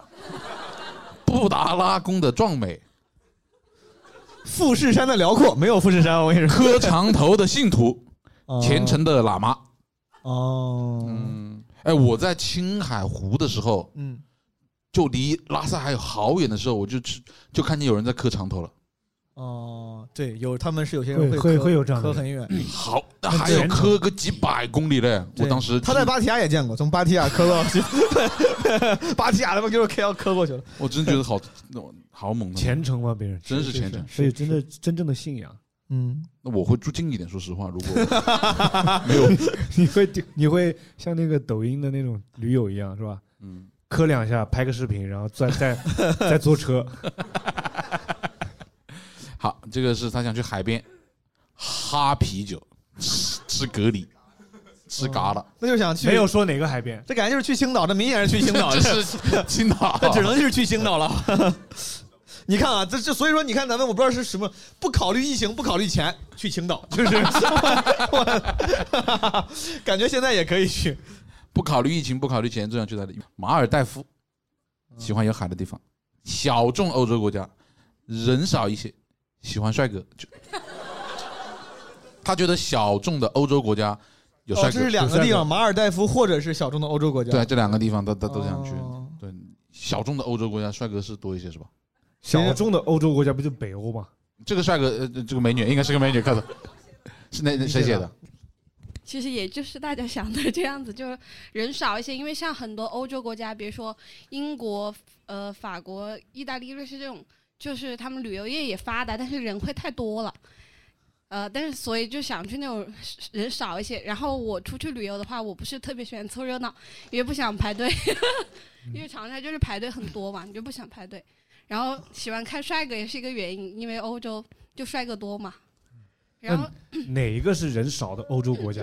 Speaker 3: 布达拉宫的壮美，
Speaker 4: 富士山的辽阔，没有富士山，我跟你说，
Speaker 3: 磕长头的信徒，虔诚的喇嘛。
Speaker 4: 哦，
Speaker 3: 嗯，哎，我在青海湖的时候，
Speaker 4: 嗯，
Speaker 3: 就离拉萨还有好远的时候，我就去就看见有人在磕长头了。
Speaker 4: 哦，对，有他们是有些
Speaker 5: 啊会
Speaker 4: 人
Speaker 5: 会
Speaker 4: 磕
Speaker 5: 会有这样的
Speaker 4: 磕
Speaker 5: 人
Speaker 4: 很远，
Speaker 3: 好，
Speaker 5: 虔诚
Speaker 3: 还有磕个几百公里嘞！我
Speaker 4: 对
Speaker 3: 当时
Speaker 4: 他在芭提雅也见过，从芭提雅磕到 芭提雅他妈给我磕要磕过去了。
Speaker 3: 我真觉得好好猛啊的，
Speaker 5: 虔诚吗？别人
Speaker 3: 嗯真是虔诚。
Speaker 5: 所以真的真正的信仰，
Speaker 4: 嗯，
Speaker 3: 那我会住近一点，说实话，如果 没有，
Speaker 5: 你会你会像那个抖音的那种驴友一样是吧？
Speaker 3: 嗯，
Speaker 5: 磕两下，拍个视频，然后再再再坐车。
Speaker 3: 好，这个是他想去海边哈啤酒，吃吃蛤蜊，吃嘎啦，
Speaker 4: 那就想去，
Speaker 5: 没有说哪个海边，
Speaker 4: 这感觉就是去青岛，这明显是去青岛
Speaker 3: 这， 是啊青岛，
Speaker 4: 哦那只能是去青岛了。 你看啊，这这所以说，你看咱们我不知道是什么，不考虑疫情，不考虑钱，去青岛 就是感觉现在也可以去。
Speaker 3: 不考虑疫情，不考虑钱，就想去哪里？马尔代夫，
Speaker 4: 嗯
Speaker 3: 喜欢有海的地方，小众欧洲国家，人少一些，喜欢帅哥。就他觉得小众的欧洲国家有
Speaker 4: 哦，
Speaker 3: 帅
Speaker 4: 这
Speaker 3: 哥，
Speaker 4: 是两个地方，马尔代夫或者是小众的欧洲国家。
Speaker 3: 对，这两个地方他他都想去。
Speaker 4: 哦
Speaker 3: 对，小众的欧洲国家帅哥是多一些是吧？
Speaker 5: 小众的欧洲国家不就北欧吗？
Speaker 3: 这个帅哥，呃，这个美女应该是个美女，看 着是那谁写的？
Speaker 8: 其实也就是大家想的这样子，就是人少一些。因为像很多欧洲国家，比如说英国、呃法国、意大利、瑞士这种，就是他们旅游业也发达，但是人会太多了。呃，但是所以就想去那种人少一些。然后我出去旅游的话，我不是特别喜欢凑热闹，也不想排队， 因为长沙就是排队很多嘛，你就不想排队。然后喜欢看帅哥也是一个原因，因为欧洲就帅哥多嘛。然后
Speaker 5: 哪一个是人少的欧洲 国家？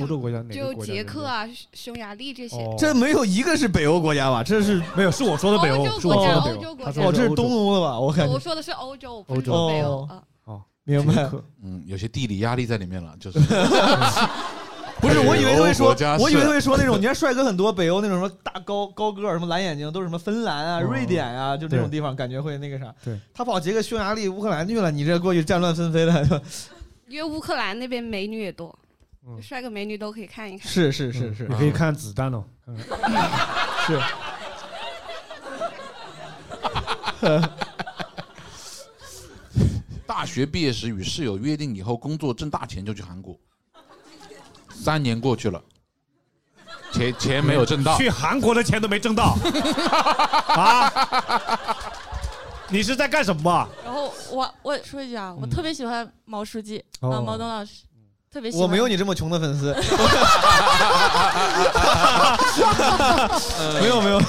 Speaker 5: 欧洲国家哪个
Speaker 8: 就
Speaker 5: 国家
Speaker 8: 捷
Speaker 5: 人多？
Speaker 8: 克啊、匈牙利这些。
Speaker 5: 哦，
Speaker 4: 这没有一个是北欧国家吧？这是
Speaker 5: 没有是我说的北欧
Speaker 8: 欧，洲
Speaker 5: 是我说的
Speaker 4: 国
Speaker 8: 家
Speaker 5: 北
Speaker 8: 欧洲
Speaker 5: 欧。
Speaker 8: 国
Speaker 5: 他
Speaker 8: 家
Speaker 5: 说
Speaker 4: 哦，
Speaker 5: 的
Speaker 4: 这
Speaker 5: 是
Speaker 4: 是东欧的吧？我感
Speaker 8: 我
Speaker 4: 觉
Speaker 8: 说的是欧洲，我不是
Speaker 5: 欧洲
Speaker 8: 说北欧
Speaker 4: 哦
Speaker 8: 啊。
Speaker 4: 明白。
Speaker 5: 捷克
Speaker 3: 嗯，有些地理压力在里面了， 就是
Speaker 4: 不是，我以为他会
Speaker 3: 北欧国
Speaker 4: 说
Speaker 3: 家，是
Speaker 4: 我以为他会说那种，你看帅哥很多，北欧那种什么大高高个儿，什么蓝眼睛，都是什么芬兰啊、
Speaker 5: 哦
Speaker 4: 瑞典啊，就这种
Speaker 5: 对
Speaker 4: 地方，感觉会那个啥。
Speaker 5: 对，
Speaker 4: 他跑捷克、匈牙利、乌克兰去了，你这过去战乱纷飞的，
Speaker 8: 因为乌克兰那边美女也多，
Speaker 5: 嗯
Speaker 8: 就帅哥美女都可以看一看。
Speaker 4: 是是是啊
Speaker 5: 嗯
Speaker 4: 是
Speaker 5: 你可以看子弹哦。看看
Speaker 4: 是。
Speaker 3: 大学毕业时与室友约定以后工作挣大钱就去韩国，三年过去了，钱钱没有挣到，
Speaker 5: 去韩国的钱都没挣 到啊！你是在干什么？
Speaker 9: 然后我我说一句啊，我
Speaker 4: 嗯
Speaker 9: 特别喜欢毛书记
Speaker 5: 哦
Speaker 9: 啊，毛东老师，特别喜欢。
Speaker 4: 我没有你这么穷的粉 丝，没有没有，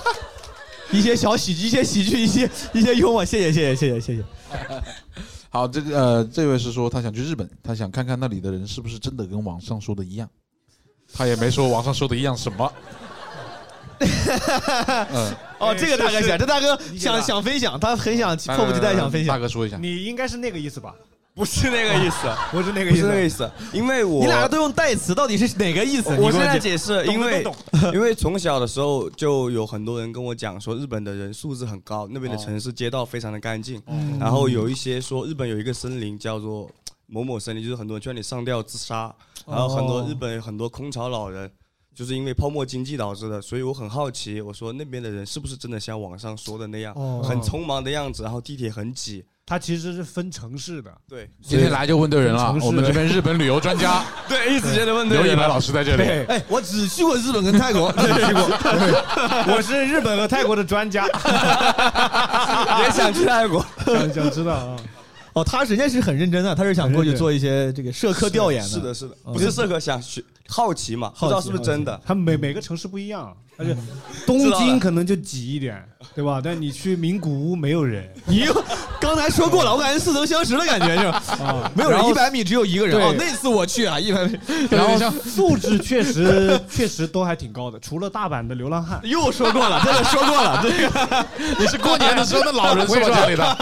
Speaker 4: 一些小喜剧，一些喜剧，一些一些幽默，谢谢谢谢谢谢谢谢。
Speaker 3: 好，这个呃，这位是说他想去日本，他想看看那里的人是不是真的跟网上说的一样。他也没说网上说的一样什么。嗯，
Speaker 4: 哦，这个大哥
Speaker 5: 哎是
Speaker 4: 想，这大哥
Speaker 5: 理解
Speaker 4: 想
Speaker 5: 了
Speaker 4: 想分享，他很想迫不及待想分
Speaker 3: 大
Speaker 4: 享。
Speaker 3: 哥说一下，
Speaker 5: 你应该是那个意思吧？
Speaker 10: 不是那个意思，
Speaker 5: 不是那个
Speaker 10: 不是
Speaker 5: 意思
Speaker 10: 那。个意思，因为我
Speaker 4: 你俩都用代词，到底是哪个意思？
Speaker 10: 我
Speaker 4: 你给
Speaker 10: 现在
Speaker 4: 解
Speaker 10: 解释，因为
Speaker 5: 懂
Speaker 10: 因为从小的时候就有很多人跟我讲说，日本的人素质很高，那边的城市街道非常的干净。
Speaker 5: 嗯
Speaker 4: 嗯
Speaker 10: 然后有一些说日本有一个森林叫做某某森林，就是很多人劝你上吊自杀，然后很多日本有很多空巢老人。就是因为泡沫经济导致的，所以我很好奇，我说那边的人是不是真的像网上说的那样，
Speaker 5: 哦
Speaker 10: 很匆忙的样子，然后地铁很挤，
Speaker 5: 它其实是分城市的，
Speaker 10: 对
Speaker 3: 今天来就问对人了
Speaker 5: 城。市
Speaker 3: 我们这边日本旅游专 家
Speaker 10: 对，一直觉得问
Speaker 3: 刘以白老师在这里。
Speaker 4: 哎，我只去过日本跟泰国， 没去过。
Speaker 5: 我是日本和泰国的专 家，
Speaker 10: 也想去泰国，
Speaker 5: 想想知道啊。
Speaker 4: 哦，他人家是很认真的，他是想过去做一些这个社科调研
Speaker 10: 是的，是的，
Speaker 4: 嗯
Speaker 10: 不是社科想学好奇嘛，不知道是不是真的。
Speaker 5: 它每每个城市不一样，而
Speaker 4: 嗯
Speaker 5: 且东京可能就挤一点，对吧？但你去名古屋没有人，
Speaker 4: 你 又刚才说过了，我感觉似曾相识的感觉是吧？
Speaker 5: 啊，
Speaker 4: 没有
Speaker 5: 然
Speaker 4: 人，
Speaker 5: 后
Speaker 4: 一百米只有一个人。
Speaker 5: 对
Speaker 4: 哦，那次我去啊，一百米
Speaker 3: 然后像
Speaker 5: 素质确实 确实都还挺高的，除了大阪的流浪 汉。
Speaker 4: 又说过了，真的说过了。对，
Speaker 3: 你是过年的时候那老人是吧？这里的，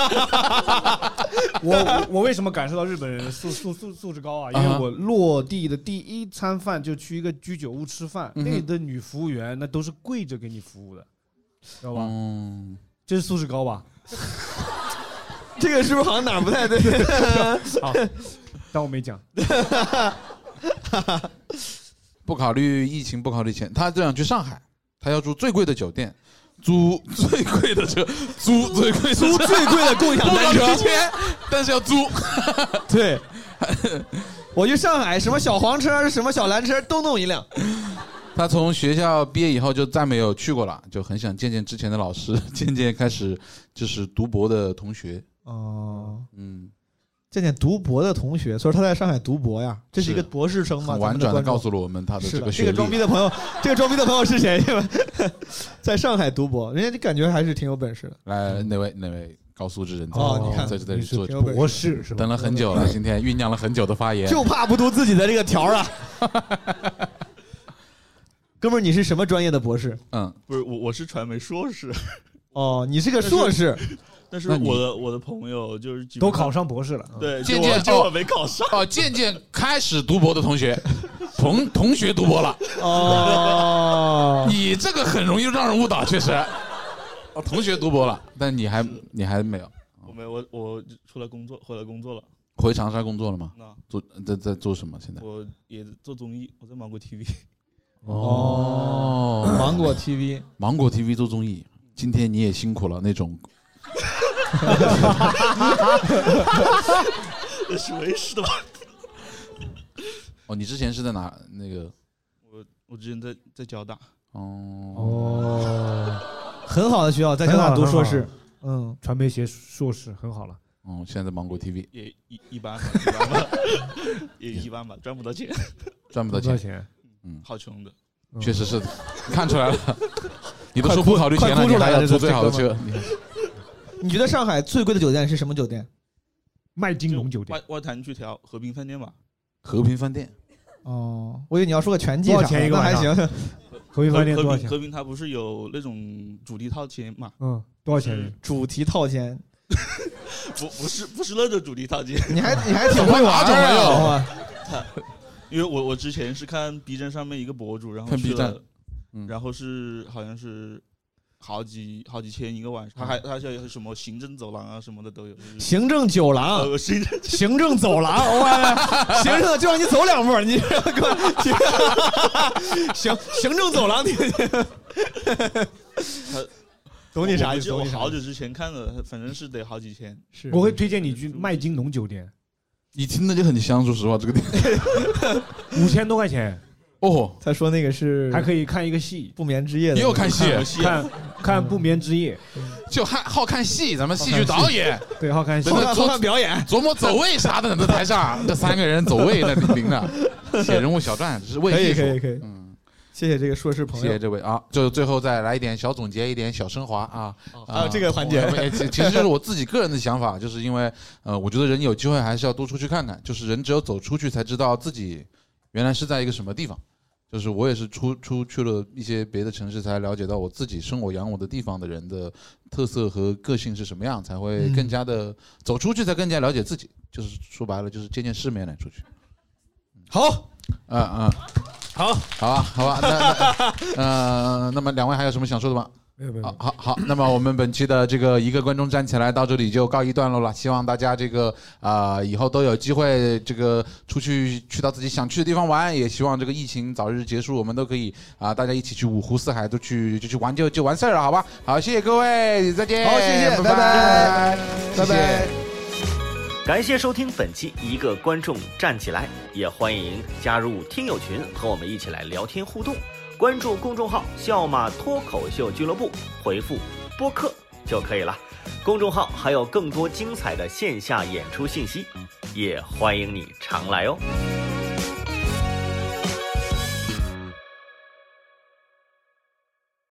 Speaker 5: 我我我为什么感受到日本人素素素素质高啊？因为
Speaker 3: 啊哈
Speaker 5: 我落地的第一餐饭就去一个居酒屋吃饭，
Speaker 3: 嗯哼
Speaker 5: 那里的女服务员那都是跪着
Speaker 4: 嗯
Speaker 5: 给你服务的，知道吧？
Speaker 3: 嗯，
Speaker 5: 这是素质高吧？
Speaker 4: 这个是不是好像哪儿不 太对？
Speaker 5: 好，当我没讲。
Speaker 3: 不考虑疫情，不考虑钱，他就想去上海，他要住最贵的酒店， 租最贵的车，租最贵的车，
Speaker 4: 租最贵的共享
Speaker 3: 不
Speaker 4: 单
Speaker 3: 考
Speaker 4: 车
Speaker 3: 虑。钱，但是要租。
Speaker 4: 对，我去上海，什么小黄车、什么小蓝车都弄一辆。
Speaker 3: 他从学校毕业以后就再没有去过了，就很想见见之前的老师， 见见开始就是读博的同学。
Speaker 4: 哦，
Speaker 3: 嗯，
Speaker 4: 见见读博的同学，所以说他在上海读博呀，这是一
Speaker 3: 是
Speaker 4: 个博士生嘛？咱
Speaker 3: 很婉
Speaker 4: 们的
Speaker 3: 转的
Speaker 4: 观众
Speaker 3: 告诉了我们他的
Speaker 4: 是
Speaker 3: 这
Speaker 4: 的，
Speaker 3: 个
Speaker 4: 这
Speaker 3: 学历。
Speaker 4: 个装逼的朋友，这个装逼的朋友是谁？ 在上海读博，人家就感觉还是挺有本事的。
Speaker 3: 来，哪位哪位高素质人才？
Speaker 4: 哦你看
Speaker 3: 在这里
Speaker 5: 你是
Speaker 3: 坐着
Speaker 4: 挺有本
Speaker 5: 博士是吧？
Speaker 3: 等了 很久了，今天酝酿了很久的发言。
Speaker 4: 就怕不读自己的这个条儿啊。 哥们儿，你是什么专业的博士？
Speaker 3: 嗯，
Speaker 11: 不是我，我是传媒硕 士，
Speaker 4: 哦，你是个硕士，
Speaker 11: 但是
Speaker 3: 那你
Speaker 11: 我的我的朋友就是基本
Speaker 5: 都
Speaker 11: 上
Speaker 5: 考，上博士了，
Speaker 11: 对，
Speaker 3: 渐
Speaker 11: 就
Speaker 3: 渐
Speaker 11: 我就我没考上，
Speaker 3: 哦，渐渐开始读博的同学， 同同学读博了，
Speaker 5: 嗯
Speaker 4: 哦，
Speaker 3: 你这个很容易让人误导，确实。哦，同学读博了，但你还你还没有
Speaker 11: 我没我我出来工作，回来工作了，
Speaker 3: 回长沙工作了吗？
Speaker 11: 那
Speaker 3: 做在在做什么现在？
Speaker 11: 我也做综艺，我在芒果 TV，
Speaker 4: 哦
Speaker 3: 哦，
Speaker 4: 芒果 TV
Speaker 3: 芒果 TV 做综艺，今天你也辛苦了那种。
Speaker 11: 那 是维视的吧？
Speaker 3: 哦，你之前是在哪那个？
Speaker 11: 我我之前在在交大，
Speaker 3: 哦，
Speaker 4: 哦，很好的学校，在交大读硕士
Speaker 5: 很好，
Speaker 4: 嗯，
Speaker 5: 传媒学硕士很好了。
Speaker 3: 哦，现在在芒果 TV
Speaker 11: 也一一般吧，一般吧，也一般吧，赚不到 钱，
Speaker 3: 赚不到
Speaker 5: 多少
Speaker 3: 钱，
Speaker 5: 钱？
Speaker 11: 好穷的。
Speaker 5: 嗯
Speaker 3: 确实是，看出来 了。你都
Speaker 4: 快
Speaker 3: 说
Speaker 4: 哭
Speaker 3: 不考虑钱
Speaker 4: 快
Speaker 3: 了，
Speaker 4: 哭
Speaker 3: 你
Speaker 4: 出来
Speaker 3: 还
Speaker 4: 了
Speaker 3: 要
Speaker 4: 这
Speaker 3: 租最好的
Speaker 4: 这哥
Speaker 3: 车？你
Speaker 4: 你觉得上海最贵的酒店是什么酒店？
Speaker 5: 麦金龙酒
Speaker 11: 就
Speaker 5: 店
Speaker 11: 外外滩去条和平饭店吧，
Speaker 3: 和平饭店
Speaker 4: 哦，我以为你要说个全季
Speaker 5: 多
Speaker 4: 啥
Speaker 5: 少
Speaker 4: 的，
Speaker 5: 钱一个
Speaker 4: 那还
Speaker 5: 晚上
Speaker 4: 行。
Speaker 5: 和平
Speaker 11: 和
Speaker 5: 饭店
Speaker 11: 和
Speaker 5: 多少
Speaker 11: 平
Speaker 5: 钱
Speaker 11: 和？平它不是有那种主题套间嘛？
Speaker 5: 嗯，多少钱？
Speaker 4: 主题套间，
Speaker 11: 不不是不是那种主题套间，
Speaker 4: 你还你还挺会玩
Speaker 3: 怎么
Speaker 4: 的
Speaker 3: 玩啊
Speaker 4: 啊，
Speaker 11: 因为我我之前是看 B 站上面一个博主，然后
Speaker 3: 看 B
Speaker 11: 去了
Speaker 3: 站嗯
Speaker 11: 然后是好像是好几好几千一个晚上，他
Speaker 5: 嗯
Speaker 11: 还他还有什么行政走廊啊什么的都有。就是
Speaker 4: 行政酒
Speaker 5: 啊
Speaker 4: 廊。
Speaker 11: 呃，行政
Speaker 4: 行政走廊，我靠行政就让你走两步，你 这个行行政走廊，你 懂你啥意思？
Speaker 11: 我
Speaker 4: 懂
Speaker 11: 我
Speaker 4: 你啥
Speaker 11: 好
Speaker 4: 意思？
Speaker 11: 久之前看的，反正是得好几 千。
Speaker 4: 是
Speaker 5: 我会推荐你去麦金龙酒店，
Speaker 3: 你听着就很香，说实话，这个店
Speaker 5: 五千多块钱
Speaker 3: 哦，
Speaker 4: 他说那个是
Speaker 5: 还可以看一个戏，
Speaker 4: 不眠之夜的
Speaker 3: 也有看戏，
Speaker 11: 看戏
Speaker 5: 看看不眠之夜，
Speaker 3: 就看好看戏，咱们戏剧导演
Speaker 5: 对，好看戏
Speaker 3: 真
Speaker 4: 好
Speaker 3: 的
Speaker 4: 看好看表演，
Speaker 3: 琢磨走位啥的，在台上这三个人走位那领领的，写人物小传是
Speaker 4: 可
Speaker 3: 为
Speaker 4: 以
Speaker 3: 艺
Speaker 4: 可以
Speaker 3: 术。
Speaker 4: 可以，
Speaker 3: 嗯，
Speaker 4: 谢谢这个硕士朋
Speaker 3: 谢谢
Speaker 4: 友。
Speaker 3: 这位啊，就最后再来一点小总结，一点小升华啊
Speaker 4: 还有这个环节
Speaker 3: 我 也其其实就是我自己个人的想法，就是因为呃，我觉得人有机会还是要多出去看看，就是人只有走出去才知道自己原来是在一个什么地方。就是我也是出出去了一些别的城市，才了解到我自己生我养我的地方的人的特色和个性是什么样，才会
Speaker 4: 嗯
Speaker 3: 更加的走出去，才更加了解自己。就是说白了，就是见见世面了，出去。
Speaker 4: 好，
Speaker 3: 嗯嗯，
Speaker 4: 好，
Speaker 3: 好吧，好吧，那那呃，那么两位还有什么想说的吗？
Speaker 5: 没有没有没
Speaker 3: 好
Speaker 5: 有，
Speaker 3: 好好，那么我们本期的这个一个观众站起来到这里就告一段落了。希望大家这个啊、以后都有机会这个出去去到自己想去的地方玩，也希望这个疫情早日结束，我们都可以啊、大家一起去五湖四海都去就去玩就就完事儿了，好吧？好，谢谢各位，再见。
Speaker 4: 好谢谢
Speaker 3: 拜
Speaker 4: 拜拜
Speaker 3: 谢
Speaker 4: 拜
Speaker 3: 谢
Speaker 4: 拜。
Speaker 1: 感谢收听本期《一个观众站起来》，也欢迎加入听友群和我们一起来聊天互动。关注公众号“笑马脱口秀俱乐部”，回复“播客”就可以了。公众号还有更多精彩的线下演出信息，也欢迎你常来哦。